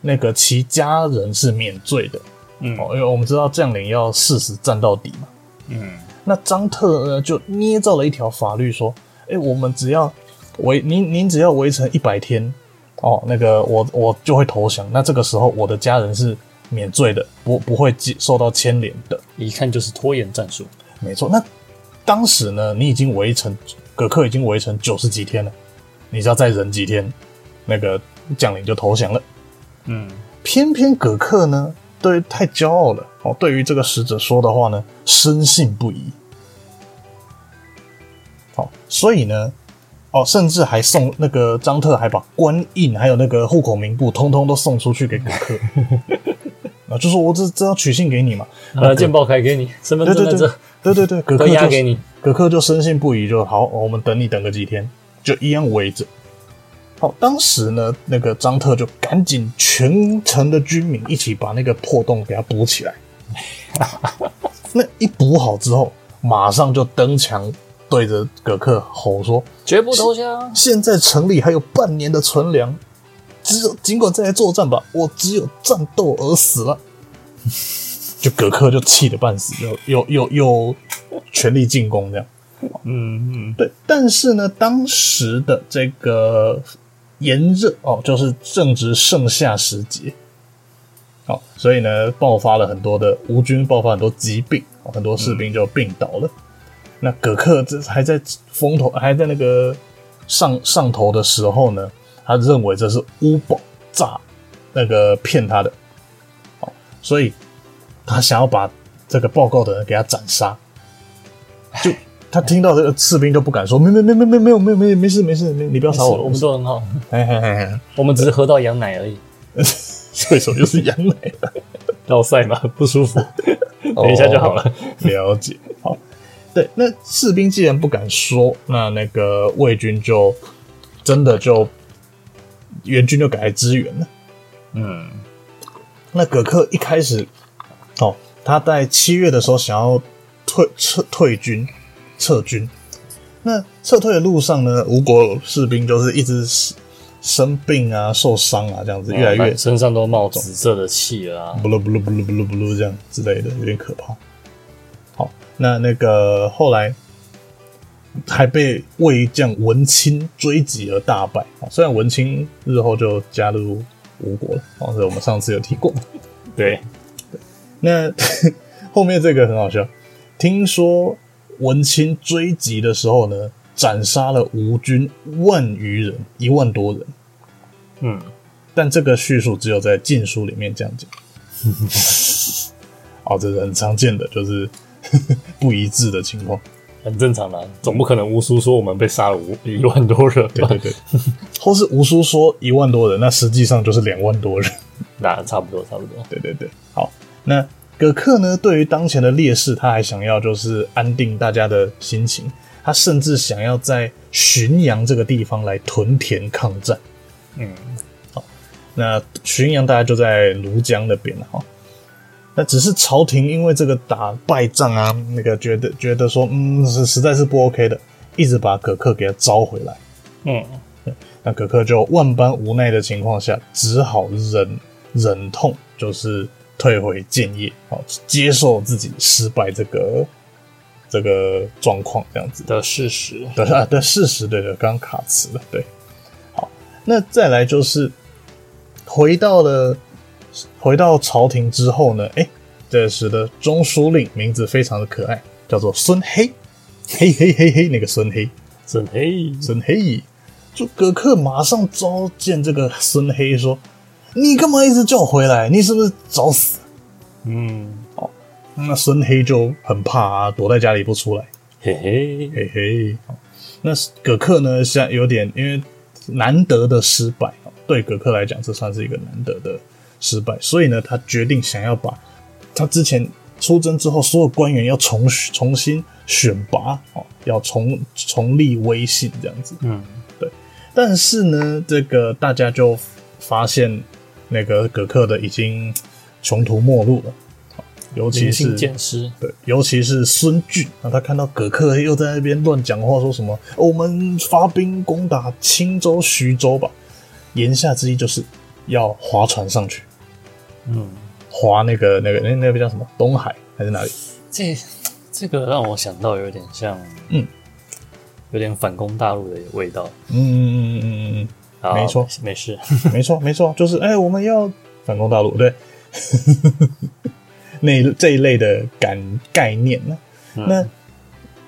Speaker 2: 那个其家人是免罪的。
Speaker 1: 嗯
Speaker 2: 哦，因为我们知道将领要誓死战到底嘛。
Speaker 1: 嗯，
Speaker 2: 那张特呢就捏造了一条法律说：“哎、我们只要围您，您只要围城一百天，哦，那个我我就会投降。那这个时候我的家人是免罪的，不不会接受到牵连的。
Speaker 1: 一看就是拖延战术。
Speaker 2: 没错。那当时呢，你已经围城，葛克已经围城九十几天了，你只要再忍几天，那个将领就投降了。
Speaker 1: 嗯，
Speaker 2: 偏偏葛克呢，对太骄傲了哦，对于这个使者说的话呢，深信不疑。好、所以呢，哦，甚至还送那个张特还把官印还有那个户口名簿，通通都送出去给葛 克。啊，就说我这这要取信给你嘛，
Speaker 1: 呃，见报开给你，身份
Speaker 2: 对
Speaker 1: 证
Speaker 2: 对
Speaker 1: 在
Speaker 2: 对
Speaker 1: 这，
Speaker 2: 对对对，葛克
Speaker 1: 都押
Speaker 2: 就
Speaker 1: 给你。
Speaker 2: 葛克就深信不疑就，好，我们等你等个几天，就一样围着。好，当时呢，那个张特就赶紧全城的军民一起把那个破洞给它补起来。 那一补好之后，马上就登墙对着葛克吼说
Speaker 1: 绝不投降：“。
Speaker 2: 现在城里还有半年的存粮，只有尽管再来作战吧，我只有战斗而死了。” 就葛克就气得半死，又又又又全力进攻这样。
Speaker 1: 嗯嗯，
Speaker 2: 对，但是呢，当时的这个炎热哦，就是正值盛夏时节，哦，所以呢，爆发了很多的吴军爆发很多疾病，哦很多士兵就病倒了。那葛克这还在风头还在那个上上头的时候呢，他认为这是乌报诈那个骗他的，哦，所以他想要把这个报告的人给他斩杀。就他听到这个士兵都不敢说，没没没没没没有没有没有没事没事，没你不要杀我，
Speaker 1: 我们做得很好，
Speaker 2: 哎哎哎哎，
Speaker 1: 我们只是喝到羊奶而已。
Speaker 2: 对手就是杨磊，
Speaker 1: 绕赛嘛， 不舒服，
Speaker 2: 哦
Speaker 1: 等一下就好了。
Speaker 2: 了解，好，对，那士兵既然不敢说，那那个魏军就真的就援军就赶来支援了。
Speaker 1: 嗯，
Speaker 2: 那葛克一开始，哦，他在七月的时候想要退撤退军，撤军。那撤退的路上呢，吴国士兵就是一直生生病啊、受伤啊，这样
Speaker 1: 哦
Speaker 2: 子越来越
Speaker 1: 身上都冒紫色的气了啊。
Speaker 2: 不噜不噜不噜不噜不噜这样之类的，有点可怕。好，那那个后来还被魏将文钦追击而大败。哦虽然文钦日后就加入吴国了，哦，这我们上次有提过。
Speaker 1: 对，
Speaker 2: 那 后面这个很好笑，听说文钦追击的时候呢，斩杀了吴军万余人，一万多人。
Speaker 1: 嗯，
Speaker 2: 但这个叙述只有在《禁书》里面这样讲。 哦，这是很常见的，就是 不一致的情况。
Speaker 1: 很正常啊啦，总不可能吴叔说我们被杀了五一万多人
Speaker 2: 对
Speaker 1: 吧
Speaker 2: 对？对，或是吴叔说一万多人，那实际上就是两万多人。
Speaker 1: 那差不多，差不多。
Speaker 2: 对对对，好，那葛克呢，对于当前的劣势，他还想要就是安定大家的心情，他甚至想要在浔阳这个地方来屯田抗战。
Speaker 1: 嗯，
Speaker 2: 那浔阳大概就在庐江那边了啊哈。那只是朝廷因为这个打败仗啊，那个觉得觉得说，嗯，是实在是不 OK 的，一直把葛克给他招回来。
Speaker 1: 嗯，
Speaker 2: 那可可就万般无奈的情况下，只好忍忍痛，就是退回建业，好接受自己失败这个这个状况，这样子
Speaker 1: 的事实。
Speaker 2: 的啊的事实，对的，刚卡词了，对。好，那再来就是回到了回到朝廷之后呢，哎、这时的中书令名字非常的可爱，叫做孙黑，嘿嘿嘿嘿，那个孙黑。
Speaker 1: 真黑，
Speaker 2: 孙黑，就葛克马上召见这个孙黑说：“你干嘛一直叫我回来？你是不是找死
Speaker 1: 嗯，？”
Speaker 2: 那孙黑就很怕啊，躲在家里不出来。
Speaker 1: 嘿嘿，
Speaker 2: 嘿嘿，那葛克呢，像有点因为难得的失败，哦对葛克来讲，这算是一个难得的失败，所以呢，他决定想要把他之前出征之后所有官员要重重新选拔哦，要重重立威信这样子。
Speaker 1: 嗯，
Speaker 2: 但是呢，这个大家就发现那个葛克的已经穷途末路了，哦尤其
Speaker 1: 灵性
Speaker 2: 是
Speaker 1: 见识。
Speaker 2: 对，尤其是孙俊啊，他看到葛克又在那边乱讲话，说什么、哦我们发兵攻打青州、徐州吧，言下之意就是要划船上去，
Speaker 1: 嗯，
Speaker 2: 划那个那个那那个叫什么东海还是哪里？
Speaker 1: 这这个让我想到有点像，
Speaker 2: 嗯，
Speaker 1: 有点反攻大陆的味道。
Speaker 2: 嗯嗯嗯嗯嗯
Speaker 1: 啊
Speaker 2: 没错，
Speaker 1: 没事。
Speaker 2: 嗯， 没错没错，就是哎、我们要反攻大陆，对， 那一这一类的感概念呢？
Speaker 1: 嗯
Speaker 2: 那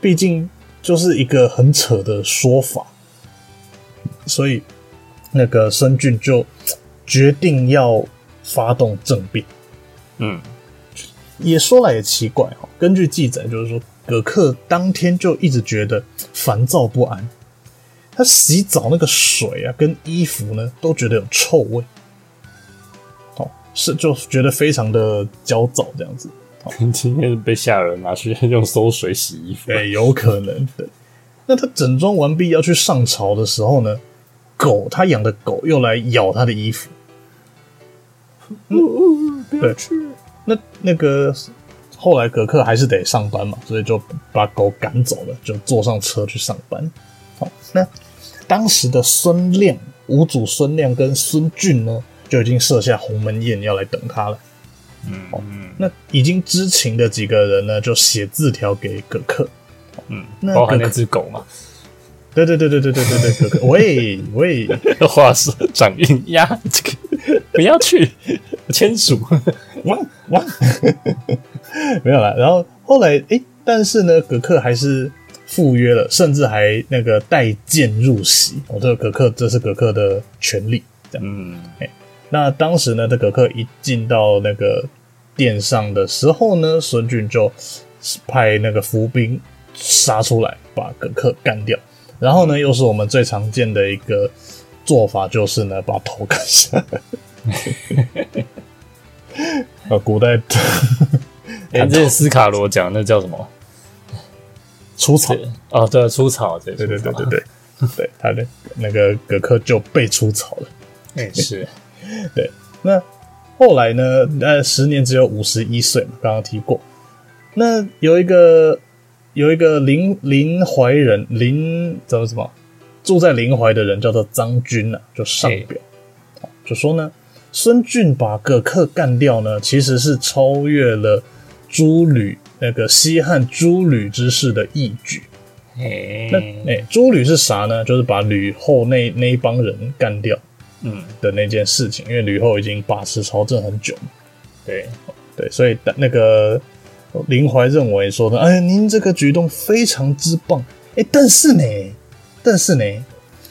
Speaker 2: 毕竟就是一个很扯的说法，所以那个申俊就决定要发动政变。
Speaker 1: 嗯
Speaker 2: 也说来也奇怪哈、哦，根据记载，就是说葛克当天就一直觉得烦躁不安，他洗澡那个水啊跟衣服呢都觉得有臭味，哦，是就觉得非常的焦躁这样子。
Speaker 1: 今天被吓人，拿去用馊水洗衣服。
Speaker 2: 对，有可能。对，那他整装完毕要去上朝的时候呢，狗他养的狗又来咬他的衣服。嗯
Speaker 1: 不
Speaker 2: 对
Speaker 1: 去。
Speaker 2: 那那个后来葛克还是得上班嘛，所以就把狗赶走了，就坐上车去上班。好，那当时的孙亮、五祖孙亮跟孙俊呢，就已经设下鸿门宴要来等他了。哦
Speaker 1: 嗯嗯
Speaker 2: 那已经知情的几个人呢，就写字条给葛克，那
Speaker 1: 嗯，包含
Speaker 2: 个
Speaker 1: 那只狗嘛，
Speaker 2: 对对对对对对对对，葛克，喂喂，
Speaker 1: 画是掌印 呀，这个不要去签署。
Speaker 2: 汪汪， 没有啦。然后后来，诶，但是呢，葛克还是赴约了，甚至还那个带剑入席。哦，这个葛克，这是葛克的权利。这样，
Speaker 1: 嗯
Speaker 2: 那当时呢，这葛克一进到那个殿上的时候呢，孙俊就派那个伏兵杀出来，把葛克干掉。然后呢，又是我们最常见的一个做法，就是呢，把头砍下 来。呃，古代的
Speaker 1: 哎，之前斯卡罗讲那叫什么？
Speaker 2: 除草，
Speaker 1: 对哦，对，除草，对
Speaker 2: 对
Speaker 1: 对
Speaker 2: 对对对，对，对他的那个葛克就被除草了。
Speaker 1: 哎是，
Speaker 2: 那后来呢？呃，时年只有五十一岁嘛，刚刚提过。那有一个有一个临临淮人，临怎么怎么住在临淮的人叫做张军啊，就上表、就说呢，孙俊把葛克干掉呢，其实是超越了诸吕那个西汉诸吕之士的义举。那
Speaker 1: 哎
Speaker 2: 哎，诸吕是啥呢？就是把吕后那那一帮人干掉
Speaker 1: 嗯
Speaker 2: 的那件事情，因为吕后已经把持朝政很久嘛，
Speaker 1: 对，
Speaker 2: 对，所以那个林怀认为说呢，哎，您这个举动非常之棒，哎，但是呢，但是呢，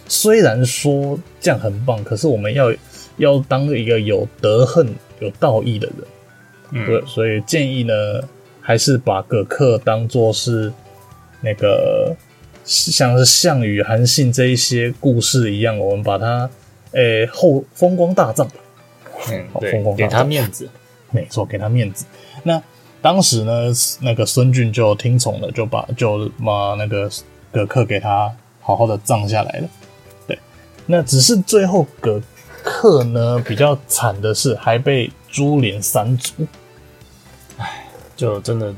Speaker 2: 虽然说这样很棒，可是我们要要当一个有德恨、有道义的人。
Speaker 1: 嗯
Speaker 2: 对，所以建议呢，还是把葛克当做是那个像是项羽、韩信这一些故事一样，我们把它诶、后风光大葬吧，
Speaker 1: 嗯，
Speaker 2: 好风
Speaker 1: 对，
Speaker 2: 光大
Speaker 1: 给他
Speaker 2: 葬
Speaker 1: 面子，
Speaker 2: 没错，给他面子。那当时呢，那个孙俊就听从了，就把就把那个葛克给他好好的葬下来了。对，那只是最后葛克呢比较惨的是，还被株连三族。
Speaker 1: 就真的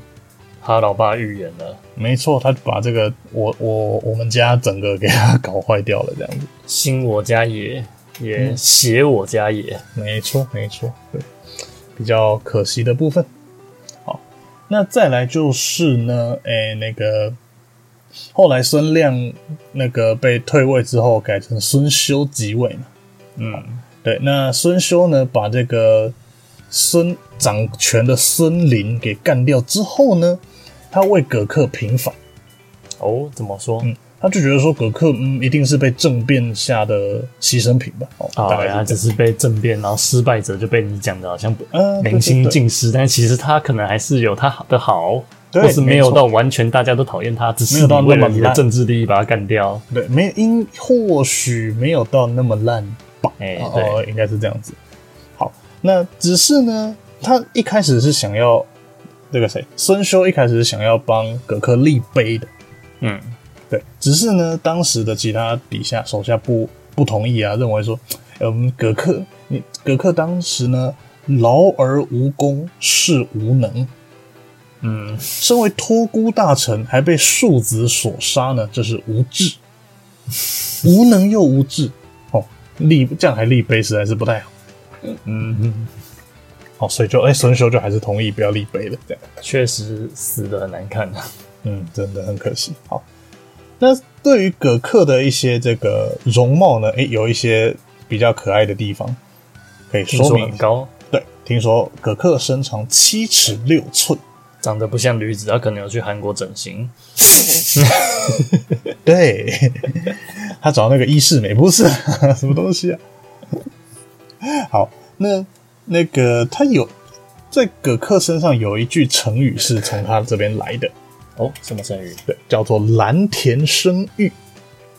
Speaker 1: 他老爸预言了，
Speaker 2: 没错，他把这个我我我们家整个给他搞坏掉了，这样子。
Speaker 1: 兴我家也，
Speaker 2: 嗯
Speaker 1: 也邪我家也，
Speaker 2: 没错，没错，对，比较可惜的部分。好，那再来就是呢，诶、那个后来孙亮那个被退位之后，改成孙修即位嘛。
Speaker 1: 嗯，
Speaker 2: 对，那孙修呢，把这个孙掌权的孙林给干掉之后呢，他为葛克平反。
Speaker 1: 哦，怎么说？
Speaker 2: 嗯，他就觉得说葛克嗯一定是被政变下的牺牲品吧，哦，大
Speaker 1: 啊，
Speaker 2: 概是这
Speaker 1: 他
Speaker 2: 样
Speaker 1: 只是被政变，然后失败者就被你讲的好像
Speaker 2: 嗯对
Speaker 1: 明星
Speaker 2: 对对
Speaker 1: 尽失，但其实他可能还是有他的好，
Speaker 2: 对
Speaker 1: 或是没
Speaker 2: 没
Speaker 1: 有
Speaker 2: 错
Speaker 1: 到完全大家都讨厌他，只
Speaker 2: 没
Speaker 1: 是
Speaker 2: 有到
Speaker 1: 你为
Speaker 2: 那么
Speaker 1: 了你的
Speaker 2: 烂
Speaker 1: 政治利益把他干掉。
Speaker 2: 对，没因或许没有到那么烂吧，
Speaker 1: 哎
Speaker 2: 哦
Speaker 1: 对
Speaker 2: 哦，应该是这样子。好，那只是呢，他一开始是想要那个谁，孙修一开始是想要帮葛克立碑的，
Speaker 1: 嗯，
Speaker 2: 对，只是呢，当时的其他底下手下不不同意啊，认为说，呃我们葛克，你葛克当时呢劳而无功，是无能，
Speaker 1: 嗯，
Speaker 2: 身为托孤大臣还被庶子所杀呢，这是无智，无能又无智，哦，立这样还立碑实在是不太好，
Speaker 1: 嗯，
Speaker 2: 哦，所以就哎孙修就还是同意不要立碑了，这样，
Speaker 1: 确实死的很难看啊。
Speaker 2: 嗯，真的很可惜。好，那对于葛克的一些这个容貌呢，哎，有一些比较可爱的地方，可以
Speaker 1: 听
Speaker 2: 说
Speaker 1: 说
Speaker 2: 明
Speaker 1: 很。高，
Speaker 2: 对，听说葛克身长七尺六寸，
Speaker 1: 长得不像驴子，他可能有去韩国整形。
Speaker 2: 对，他找那个伊世美不是什么东西啊？好，那那个他有在葛克身上有一句成语是从他这边来的，
Speaker 1: 哦，什么成语？
Speaker 2: 对，叫做“蓝田生玉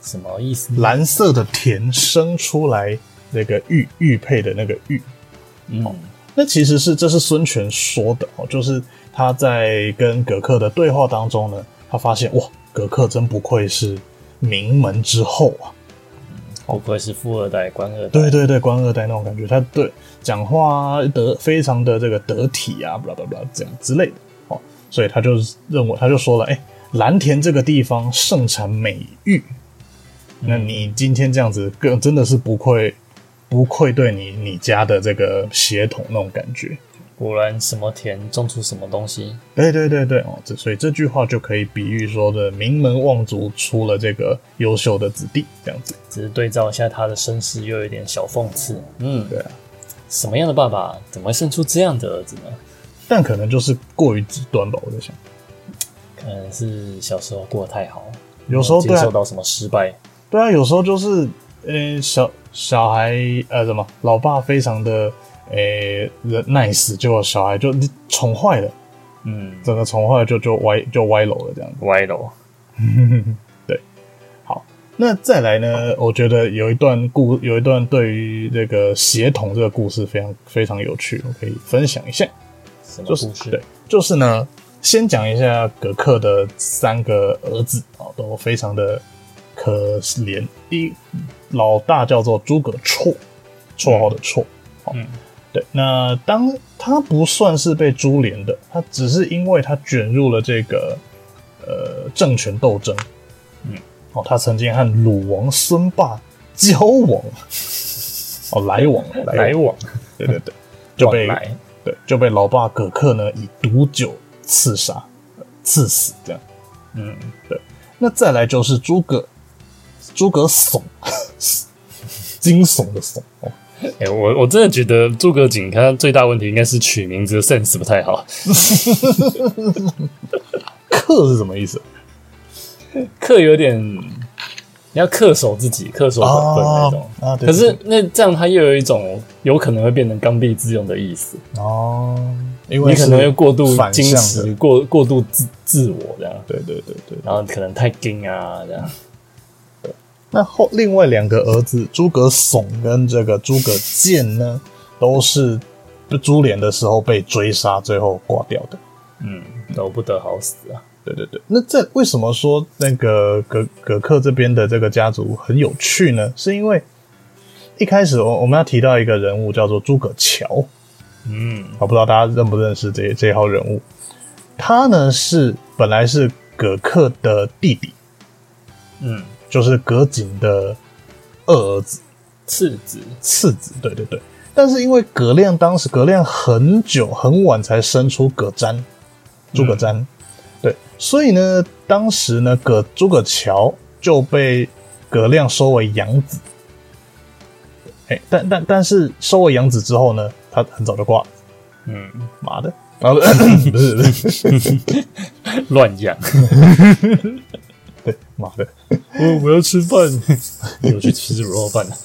Speaker 1: 什么意思”，？
Speaker 2: 蓝色的田生出来那个玉玉佩的那个玉，
Speaker 1: 嗯，
Speaker 2: 那其实是这是孙权说的哦，就是他在跟葛克的对话当中呢，他发现哇，葛克真不愧是名门之后啊。
Speaker 1: 不愧是富二代、官二代。
Speaker 2: 对对对，官二代那种感觉，他对讲话得非常的这个得体啊，blah blah blah 这样之类的哦，所以他就认为他就说了，哎、蓝田这个地方盛产美玉，那你今天这样子，更真的是不愧不愧对你你家的这个血统那种感觉。
Speaker 1: 果然什么田种出什么东西。
Speaker 2: 对对对对哦，这所以这句话就可以比喻说的名门望族出了这个优秀的子弟这样子。
Speaker 1: 只是对照一下他的身世，又有一点小讽刺。嗯，
Speaker 2: 对啊，
Speaker 1: 什么样的爸爸怎么会生出这样的儿子呢？
Speaker 2: 但可能就是过于极端吧，我在想，
Speaker 1: 可能是小时候过得太好，
Speaker 2: 有时候
Speaker 1: 接
Speaker 2: 对啊
Speaker 1: 受，到什么失败。
Speaker 2: 对啊，有时候就是，呃，小小孩呃什么，老爸非常的呃人 nice，结果小孩就宠坏了，
Speaker 1: 嗯，
Speaker 2: 整个宠坏了就就歪就歪楼了这样子。
Speaker 1: 歪楼。
Speaker 2: 那再来呢，我觉得有一段故有一段对于这个协同这个故事非常非常有趣，我可以分享一下。
Speaker 1: 什么
Speaker 2: 就
Speaker 1: 故
Speaker 2: 是
Speaker 1: 事？
Speaker 2: 对，就是呢，先讲一下葛克的三个儿子啊、哦，都非常的可怜。一老大叫做诸葛绰，绰号的绰。哦
Speaker 1: 嗯
Speaker 2: 对，那当他不算是被株连的，他只是因为他卷入了这个呃政权斗争。
Speaker 1: 嗯，
Speaker 2: 哦，他曾经和鲁王孙霸交往，哦，来往，
Speaker 1: 来
Speaker 2: 往，
Speaker 1: 往
Speaker 2: 对对对，就被
Speaker 1: 往来，
Speaker 2: 对，就被老爸葛克呢以毒酒刺杀、呃刺死这样。
Speaker 1: 嗯，
Speaker 2: 那再来就是诸葛诸葛悚， 惊悚的悚哦，
Speaker 1: 哎、我我真的觉得诸葛瑾他最大问题应该是取名字的 sense 不太好。
Speaker 2: 克是什么意思？
Speaker 1: 克有点你要恪守自己，恪守本分那种。
Speaker 2: 哦啊对
Speaker 1: 可是
Speaker 2: 对
Speaker 1: 那这样，它又有一种有可能会变成刚愎自用的意思，
Speaker 2: 哦，因为
Speaker 1: 你可能会过度
Speaker 2: 是反
Speaker 1: 矜
Speaker 2: 向
Speaker 1: 持，
Speaker 2: 的，
Speaker 1: 过过度自自我这样，
Speaker 2: 对对对对。
Speaker 1: 然后可能太硬啊这样。
Speaker 2: 那后另外两个儿子诸葛竦跟这个诸葛建呢，都是株连的时候被追杀，最后挂掉的。
Speaker 1: 嗯，都不得好死啊。
Speaker 2: 对对对，那这为什么说那个葛葛克这边的这个家族很有趣呢？是因为一开始我我们要提到一个人物叫做诸葛乔，
Speaker 1: 嗯
Speaker 2: 我不知道大家认不认识这这一号人物。他呢是本来是葛克的弟弟，
Speaker 1: 嗯，
Speaker 2: 就是葛瑾的二儿子。
Speaker 1: 次子，
Speaker 2: 次子，对对对。但是因为葛亮当时葛亮很久很晚才生出葛瞻，诸葛瞻，对，所以呢，当时呢，葛诸葛乔就被葛亮收为养子。哎、但但但是收为养子之后呢，他很早就挂了，
Speaker 1: 嗯，
Speaker 2: 妈的，然后啊不是不是，
Speaker 1: 乱 养。
Speaker 2: 对， 妈的，
Speaker 1: 我我要吃饭， 我去吃卤肉饭了。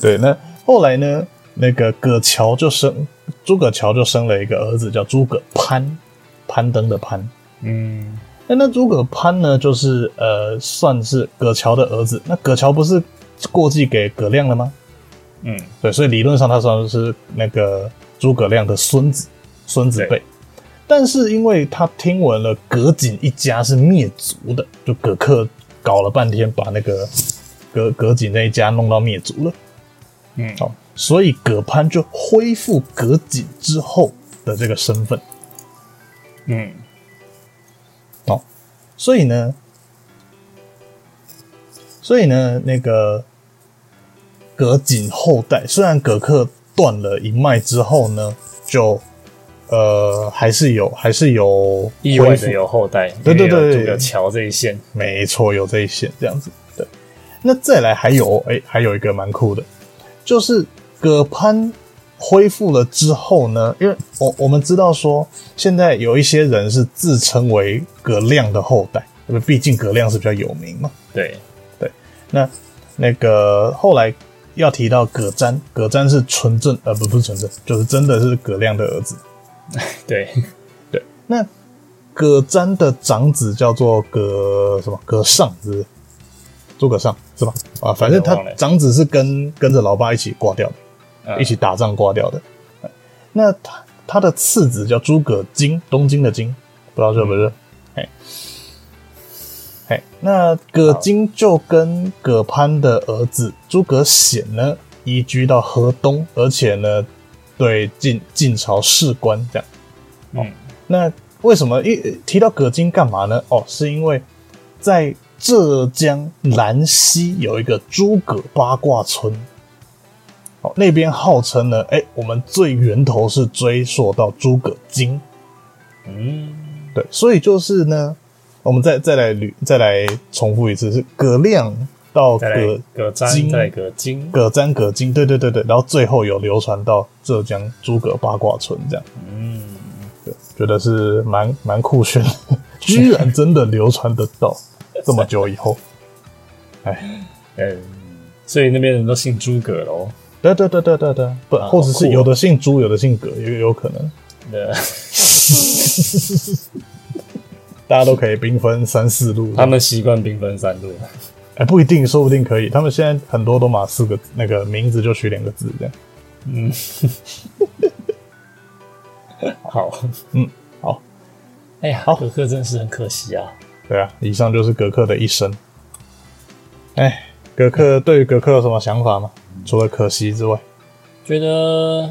Speaker 2: 对，那后来呢，那个葛乔就生诸葛乔就生了一个儿子，叫诸葛攀，攀登的攀，
Speaker 1: 嗯
Speaker 2: 那那诸葛潘呢，就是呃，算是葛乔的儿子。那葛乔不是过继给葛亮了吗？
Speaker 1: 嗯，
Speaker 2: 对，所以理论上他算是那个诸葛亮的孙子，孙子辈
Speaker 1: 对。
Speaker 2: 但是因为他听闻了葛瑾一家是灭族的，就葛克搞了半天，把那个葛葛瑾那一家弄到灭族了。
Speaker 1: 嗯
Speaker 2: 好，所以葛潘就恢复葛瑾之后的这个身份。
Speaker 1: 嗯，
Speaker 2: 哦所以呢，所以呢，那个葛瑾后代虽然葛克断了一脉之后呢，就呃还是有还是有
Speaker 1: 意外
Speaker 2: 恢
Speaker 1: 的
Speaker 2: 复，
Speaker 1: 有后代，
Speaker 2: 对对对
Speaker 1: 因为有诸葛乔这一线，
Speaker 2: 没错，有这一线这样子。对，那再来还有哎、还有一个蛮酷的，就是葛潘。恢复了之后呢，因为我我们知道说，现在有一些人是自称为葛亮的后代，因为毕竟葛亮是比较有名嘛。
Speaker 1: 对，
Speaker 2: 那那个后来要提到葛瞻，葛瞻是纯正呃不不是纯正，就是真的是葛亮的儿子。
Speaker 1: 对，
Speaker 2: 那葛瞻的长子叫做葛什么？葛尚是不是？诸葛尚是吧？啊，反正他
Speaker 1: 我忘了
Speaker 2: 长子是跟跟着老爸一起挂掉的，
Speaker 1: 嗯
Speaker 2: 一起打仗挂掉的。那他他的次子叫诸葛京，东京的京，不知道是不是？哎、哎，那葛京就跟葛潘的儿子诸葛显呢移居到河东，而且呢对晋晋朝士官这样。
Speaker 1: 嗯
Speaker 2: 那为什么一提到葛京干嘛呢？哦，是因为在浙江兰溪有一个诸葛八卦村，哦，那边号称呢，哎、我们最源头是追溯到诸葛京，
Speaker 1: 嗯
Speaker 2: 对，所以就是呢，我们再再来捋，再来重复一次，是葛亮到
Speaker 1: 再来
Speaker 2: 葛
Speaker 1: 葛
Speaker 2: 金
Speaker 1: 瞻，再来葛金，
Speaker 2: 葛瞻葛京，对对对对，然后最后有流传到浙江诸葛八卦村这样。
Speaker 1: 嗯，
Speaker 2: 对，觉得是蛮蛮酷炫的， 居然真的流传得 到，这么久以后，
Speaker 1: 嗯，所以那边人都姓诸葛喽。
Speaker 2: 对对对对对对，不，
Speaker 1: 啊
Speaker 2: 或者是
Speaker 1: 好酷哦
Speaker 2: 有的姓朱，有的姓葛，也有可能，
Speaker 1: 呃，
Speaker 2: 大家都可以兵分三四路。
Speaker 1: 他们习惯兵分三路，
Speaker 2: 哎、不一定，说不定可以。他们现在很多都马四个那个名字就取两个字这样。
Speaker 1: 嗯，好，
Speaker 2: 嗯，好，
Speaker 1: 哎呀，
Speaker 2: 好
Speaker 1: 葛克真是很可惜啊。
Speaker 2: 对啊，以上就是格克的一生。哎，格克对于格克有什么想法吗？除了可惜之外，
Speaker 1: 觉得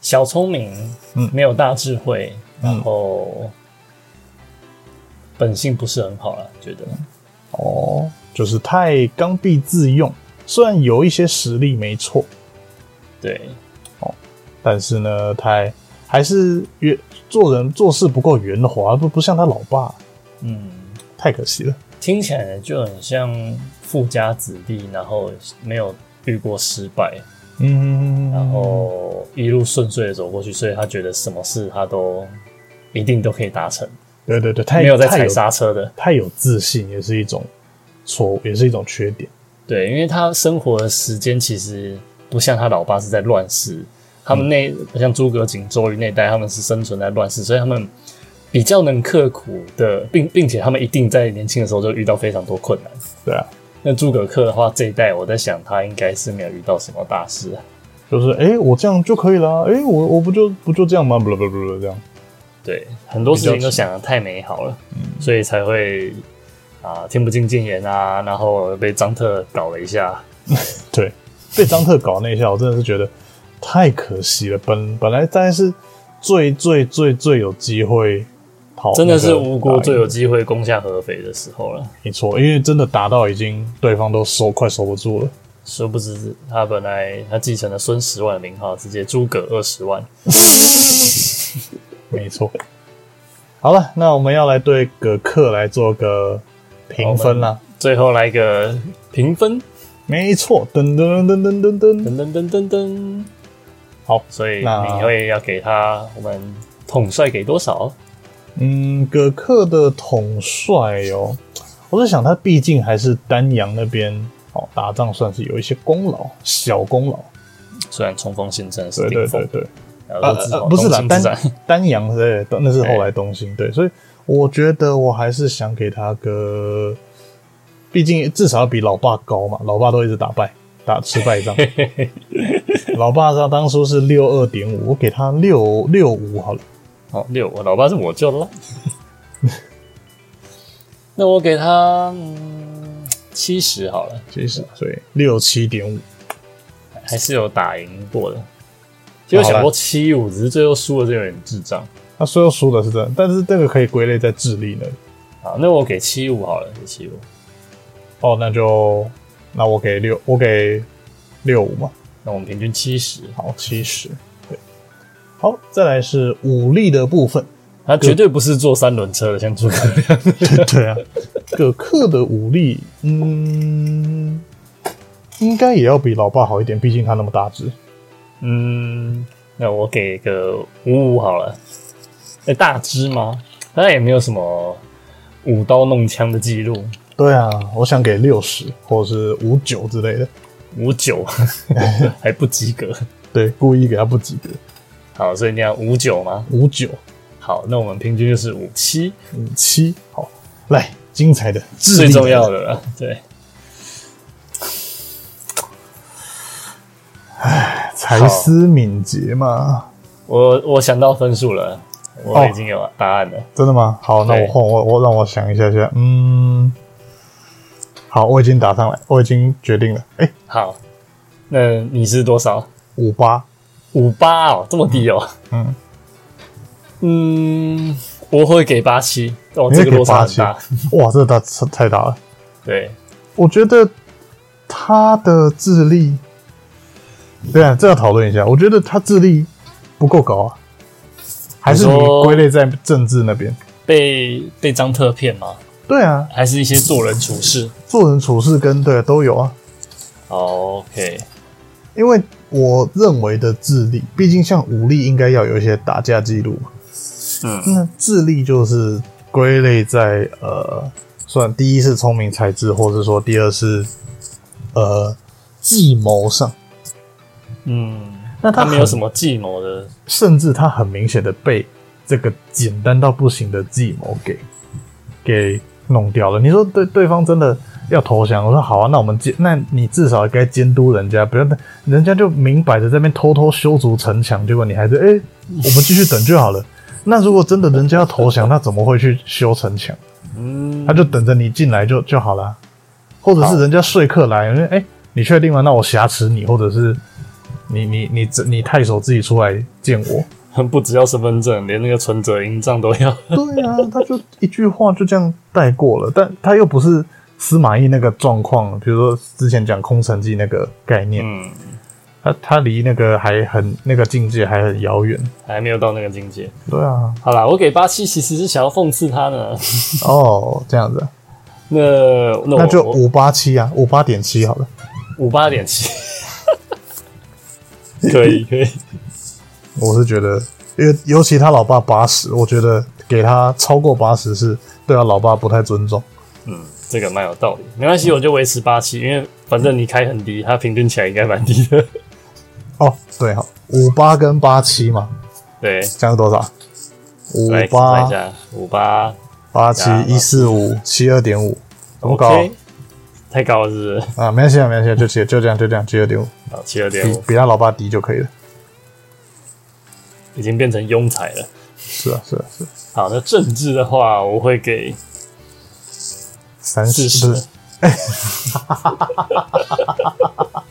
Speaker 1: 小聪明，
Speaker 2: 嗯
Speaker 1: 没有大智慧，
Speaker 2: 嗯
Speaker 1: 然后本性不是很好了，啊觉得，
Speaker 2: 嗯哦，就是太刚愎自用，虽然有一些实力没错，
Speaker 1: 对，
Speaker 2: 但是呢，他还是圆做人做事不够圆滑，不不像他老爸，
Speaker 1: 嗯，
Speaker 2: 太可惜了。
Speaker 1: 听起来就很像富家子弟，然后没有遇过失败，
Speaker 2: 嗯，
Speaker 1: 然后一路顺遂的走过去，所以他觉得什么事他都一定都可以达成，
Speaker 2: 对对对，太
Speaker 1: 没有在
Speaker 2: 太
Speaker 1: 踩刹车的，
Speaker 2: 太有自信也是一种错误，也是一种缺点。
Speaker 1: 对，因为他生活的时间其实不像他老爸是在乱世，他们那、
Speaker 2: 嗯
Speaker 1: 像诸葛瑾、周瑜那一代，他们是生存在乱世，所以他们比较能刻苦的，并并且他们一定在年轻的时候就遇到非常多困难。
Speaker 2: 对啊，
Speaker 1: 那诸葛恪的话，这一代我在想他应该是没有遇到什么大事啊。
Speaker 2: 就是哎、诶我这样就可以啦，哎、我我不就不就这样吗？不不不不这样，
Speaker 1: 对，很多事情都想的太美好了，
Speaker 2: 嗯
Speaker 1: 所以才会啊、听不进谏言啊，然后被张特搞了一下。
Speaker 2: 对，被张特搞那一下，我真的是觉得太可惜了。本本来当然是最最最最有机会跑，
Speaker 1: 真的是吴国最有机会攻下合肥的时候了。
Speaker 2: 没错，因为真的打到已经对方都收快收不住了。
Speaker 1: 殊不知他本来他继承了孙十万的名号，直接诸葛二十万。
Speaker 2: 没错。好了，那我们要来对葛克来做个评分啦。
Speaker 1: 最后来一个评分，
Speaker 2: 没错，噔噔噔噔噔噔，
Speaker 1: 噔噔噔噔噔。
Speaker 2: 好，
Speaker 1: 所以
Speaker 2: 那
Speaker 1: 你会要给他我们统帅给多少？
Speaker 2: 嗯，葛克的统帅哦，我在想他毕竟还是丹阳那边哦打仗算是有一些功劳，小功劳。
Speaker 1: 虽然冲锋陷阵是
Speaker 2: 对
Speaker 1: 顶
Speaker 2: 对
Speaker 1: 峰
Speaker 2: 对，对，
Speaker 1: 然
Speaker 2: 呃
Speaker 1: 后自
Speaker 2: 呃呃不是啦，
Speaker 1: 东京
Speaker 2: 丹
Speaker 1: 之战
Speaker 2: 丹阳对，那是后来东兴对，所以我觉得我还是想给他个，毕竟至少要比老爸高嘛，老爸都一直打败打吃败 仗，老爸他当初是六二点五，我给他六六五好了，
Speaker 1: 哦，六，我老爸是我救了。 那我给他嗯七十、70好了，
Speaker 2: 其实所以六七点五，
Speaker 1: 还是有打赢过的。其实我
Speaker 2: 好啦
Speaker 1: 想过七五，只是最后输了，这有点智障。
Speaker 2: 他虽然输的是真的，但是这个可以归类在智力那里。
Speaker 1: 好，那我给七五好了，给七五。
Speaker 2: 哦，那就那我给六，我给六五嘛，
Speaker 1: 那我们平均七十，
Speaker 2: 好七十，对，好，再来是武力的部分。
Speaker 1: 他绝对不是坐三轮车的，像诸葛亮。
Speaker 2: 对啊，葛克的武力，嗯，应该也要比老爸好一点，毕竟他那么大只。
Speaker 1: 嗯，那我给个五五好了。那、大只吗？他也没有什么舞刀弄枪的记录，
Speaker 2: 对啊，我想给六十或者是五九之类的。
Speaker 1: 五九还不及格。
Speaker 2: 对，故意给他不及格，
Speaker 1: 好，所以你要五九吗？
Speaker 2: 五九
Speaker 1: 好，那我们平均就是五七，
Speaker 2: 五七，好，来精彩的智
Speaker 1: 最
Speaker 2: 力
Speaker 1: 重要的了。对，
Speaker 2: 才思敏捷嘛，
Speaker 1: 我我想到分数了，我已经有答案了。
Speaker 2: 真的吗？好，那
Speaker 1: 对
Speaker 2: 我换我我让我想一下下，嗯，好，我已经打上来，我已经决定了，哎、
Speaker 1: 好，那你是多少？
Speaker 2: 五八，
Speaker 1: 五八哦，这么低哦。
Speaker 2: 嗯
Speaker 1: 嗯，我会给八七哦，这个落差很大。
Speaker 2: 哇，这打太大了。
Speaker 1: 对，
Speaker 2: 我觉得他的智力，对啊，这要讨论一下。我觉得他智力不够高啊，还是
Speaker 1: 你
Speaker 2: 你
Speaker 1: 说
Speaker 2: 归类在政治那边？
Speaker 1: 被被张特骗吗？
Speaker 2: 对啊，
Speaker 1: 还是一些做人处事
Speaker 2: 做人处事跟对、啊、都有啊。
Speaker 1: 哦？OK，
Speaker 2: 因为我认为的智力，毕竟像武力应该要有一些打架记录嘛。
Speaker 1: 嗯，
Speaker 2: 那智力就是归类在呃，算第一是聪明才智，或者说第二是呃计谋上。
Speaker 1: 嗯，
Speaker 2: 那
Speaker 1: 他没有
Speaker 2: 很
Speaker 1: 什么计谋的，
Speaker 2: 甚至他很明显的被这个简单到不行的计谋给给弄掉了。你说对对方真的要投降，我说好啊，那我们监，那你至少该监督人家，不要人家就明摆着在那边偷偷修筑城墙，结果你还是哎、诶我们继续等就好了。那如果真的人家要投降，那怎么会去修城墙？
Speaker 1: 嗯
Speaker 2: 他，就等着你进来就就好了，或者
Speaker 1: 好
Speaker 2: 是人家说客来，哎、诶你确定吗？那我挟持你，或者是你你你你你太守自己出来见我，
Speaker 1: 不只要身份证，连那个存折、银账都要。
Speaker 2: 对啊，他就一句话就这样带过了，但他又不是司马懿那个状况，比如说之前讲空城计那个概念，
Speaker 1: 嗯，
Speaker 2: 他他离那个还很那个境界还很遥远。
Speaker 1: 还没有到那个境界。
Speaker 2: 对啊，
Speaker 1: 好啦，我给八七其实是想要讽刺他呢。
Speaker 2: 哦，这样子啊，
Speaker 1: 那那我
Speaker 2: 那就
Speaker 1: 我
Speaker 2: 五八七啊，五八点七好了。
Speaker 1: 五八点七， 可以可以，
Speaker 2: 我是觉得，因为尤其他老爸八十，我觉得给他超过八十是对他老爸不太尊重。
Speaker 1: 嗯，这个蛮有道理。没关
Speaker 2: 嗯
Speaker 1: 系，我就维持八七，因为反正你开很低，它平均起来应该蛮低的。
Speaker 2: 哦，对哈，五八跟八七嘛，
Speaker 1: 对，
Speaker 2: 这样多少？五
Speaker 1: 来看一
Speaker 2: 八
Speaker 1: 下五八
Speaker 2: 八七一四五七二点五，很高
Speaker 1: ，OK，太高了是不是？
Speaker 2: 啊，没关系啊，没关系啊，就七就这样就这样七二点五，
Speaker 1: 好，七二点
Speaker 2: 比
Speaker 1: 五
Speaker 2: 比他老爸低就可以了。
Speaker 1: 已经变成庸才了。
Speaker 2: 是啊，是啊，是啊
Speaker 1: 好，那政治的话，我会给
Speaker 2: 三
Speaker 1: 四
Speaker 2: 十哎
Speaker 1: 十
Speaker 2: 不是？哎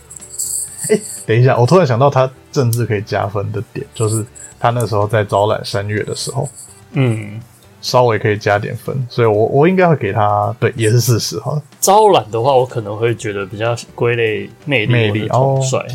Speaker 2: 等一下，我突然想到他政治可以加分的点，就是他那时候在招揽山月的时候，
Speaker 1: 嗯，
Speaker 2: 稍微可以加点分，所以我我应该会给他对，也是四十哈。
Speaker 1: 招揽的话，我可能会觉得比较归类魅力
Speaker 2: 魅
Speaker 1: 或
Speaker 2: 力哦
Speaker 1: 者统帅，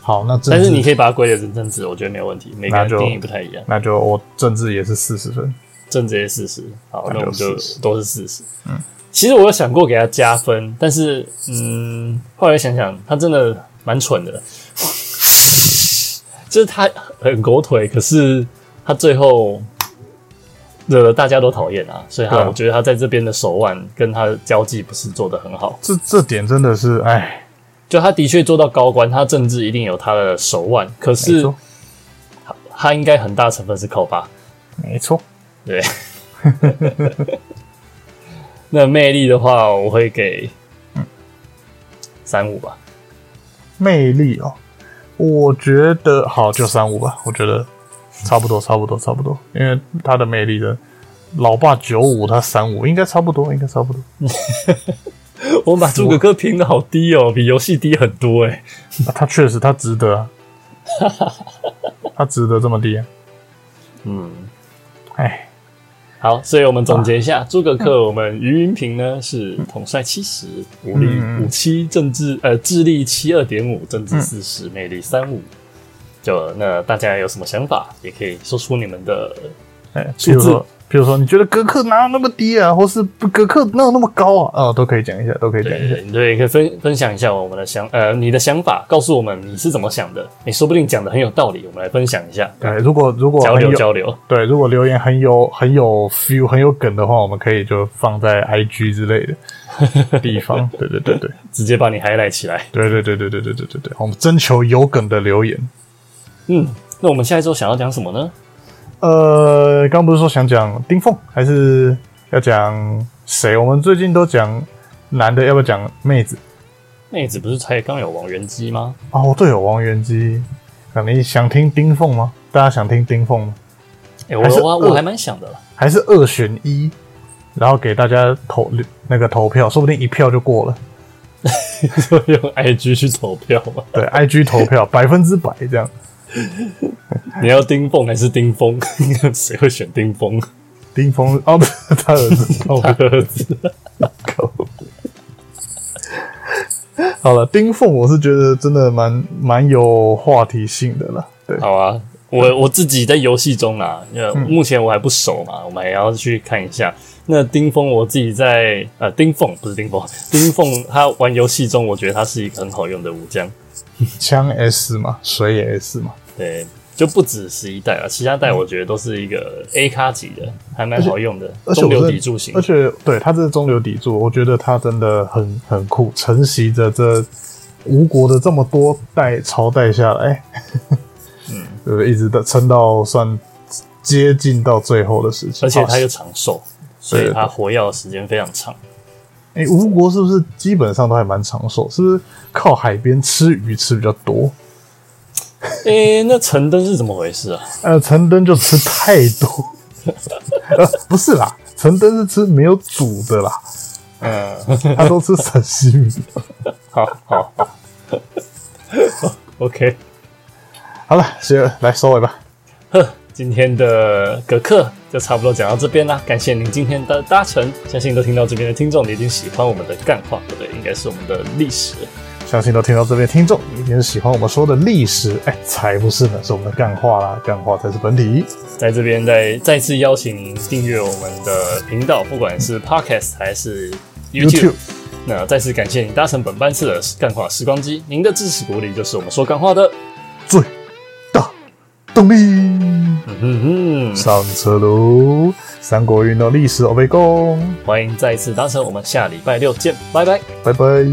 Speaker 2: 好，那政
Speaker 1: 但
Speaker 2: 治
Speaker 1: 是你可以把它归类成政治，我觉得没有问题。每个人
Speaker 2: 那就
Speaker 1: 定义不太一样，
Speaker 2: 那就我政治也是四十分，
Speaker 1: 政治也四十，好，
Speaker 2: 那
Speaker 1: 那我们就
Speaker 2: 就40
Speaker 1: 都是四十。嗯，其实我有想过给他加分，但是嗯，后来想想，他真的蛮蠢的， 就是他很狗腿，可是他最后。惹得大家都讨厌啊，所以他、
Speaker 2: 对啊
Speaker 1: 我觉得他在这边的手腕跟他的交际不是做得很好。
Speaker 2: 这这点真的是哎，
Speaker 1: 就他的确做到高官，他政治一定有他的手腕，可
Speaker 2: 没
Speaker 1: 是
Speaker 2: 错
Speaker 1: 他应该很大成分是靠爸。
Speaker 2: 没错，
Speaker 1: 对， 那魅力的话，我会给嗯三五吧。
Speaker 2: 魅力哦，我觉得好就三五吧，我觉得差不多，差不多，差不多，因为他的魅力的老爸九五，他三五，应该差不多，应该差不多。
Speaker 1: 我们把诸葛哥评的好低哦，比游戏低很多哎、
Speaker 2: 啊、他确实，他值 得啊，他值得这么低啊，
Speaker 1: 嗯，
Speaker 2: 哎，
Speaker 1: 好，所以我们总结一下，诸葛克我们于云平呢是统帅七十，武力
Speaker 2: 嗯
Speaker 1: 五七，政治呃智力七二点五，政治四十，魅力三五。就那大家有什么想法，也可以说出你们的
Speaker 2: 哎，譬如
Speaker 1: 数字
Speaker 2: 说，譬如说，你觉得格克哪有那么低啊，或是不格克哪有那么高啊？哦，都可以讲一下，都可以讲
Speaker 1: 对
Speaker 2: 一下。
Speaker 1: 对对，可以分分享一下我们的想呃你的想法，告诉我们你是怎么想的，你说不定讲的很有道理，我们来分享一下，
Speaker 2: 对，如果如果
Speaker 1: 交
Speaker 2: 很
Speaker 1: 流
Speaker 2: 有
Speaker 1: 交流。
Speaker 2: 对，如果留言很有很有 feel 很有梗的话，我们可以就放在 IG 之类的地方。对对对对
Speaker 1: 直接把你 highlight 起来。
Speaker 2: 对对对对对对对对对，我们征求有梗的留言。
Speaker 1: 嗯，那我们下一周想要讲什么呢？
Speaker 2: 呃，刚不是说想讲丁凤，还是要讲谁？我们最近都讲男的，要不要讲妹子？
Speaker 1: 妹子不是才刚有王源基吗？
Speaker 2: 哦，对哦，王源基，啊你想听丁凤吗？大家想听丁凤吗？
Speaker 1: 哎、我
Speaker 2: 还是
Speaker 1: 我
Speaker 2: 二
Speaker 1: 我还蛮想的啦。
Speaker 2: 还是二选一，然后给大家投那个投票，说不定一票就过了。
Speaker 1: 就用 IG 去投票吗？
Speaker 2: 对，IG 投票百分之百这样。
Speaker 1: 你要丁凤还是丁峰？ 谁会选丁峰？
Speaker 2: 丁峰哦，不是 他哦儿子。
Speaker 1: 我儿子。
Speaker 2: 好了，丁凤我是觉得真的蛮蛮有话题性的啦。对，
Speaker 1: 好啊，
Speaker 2: 嗯
Speaker 1: 我我自己在游戏中啊，呃，目前我还不熟嘛，我们还要去看一下。那丁峰我自己在呃，丁凤不是丁凤， 丁凤他玩游戏中，我觉得他是一个很好用的武将，
Speaker 2: 枪 S 嘛，水也 S 嘛，
Speaker 1: 对，就不止十一代啊，其他
Speaker 2: 嗯
Speaker 1: 代我觉得都是一个 A 咖级的，还蛮好用的，
Speaker 2: 而且
Speaker 1: 中
Speaker 2: 我
Speaker 1: 流
Speaker 2: 真的
Speaker 1: 砥柱型
Speaker 2: 而。且对他这是中流砥柱，我觉得他真的很很酷，承袭着这吴国的这么多代朝代下来，嗯，就是一直的撑到算接近到最后的事情。
Speaker 1: 而且他
Speaker 2: 好
Speaker 1: 又长寿，所以
Speaker 2: 对
Speaker 1: 他活药的时间非常 长。
Speaker 2: 哎、吴国是不是基本上都还蛮长寿？是不是靠海边吃鱼吃比较多？
Speaker 1: 诶、那陈登是怎么回事啊？
Speaker 2: 呃，陈登就吃太多，呃，不是啦，陈登是吃没有煮的啦，
Speaker 1: 嗯，
Speaker 2: 他都 吃陕西米。
Speaker 1: 好好好 ，OK。
Speaker 2: 好了，先来收尾吧。
Speaker 1: 呵，今天的格克就差不多讲到这边啦，感谢您今天的搭乘，相信都听到这边的听众，你已经喜欢我们的干话，不对，应该是我们的历史。
Speaker 2: 相信都听到这边，听众你一定是喜欢我们说的历史，哎、才不是呢，是我们的干话啦，干话才是本体。
Speaker 1: 在这边再再次邀请您订阅我们的频道，不管是 Podcast 还是 YouTube。
Speaker 2: YouTube
Speaker 1: 那再次感谢您搭乘本班次的干话时光机，您的支持鼓励就是我们说干话的。
Speaker 2: 最大动力。
Speaker 1: 嗯哼哼。嗯，
Speaker 2: 上车喽！三国运动历史欧贝共，
Speaker 1: 欢迎再次搭乘我们下礼拜六见，拜拜。
Speaker 2: 拜拜。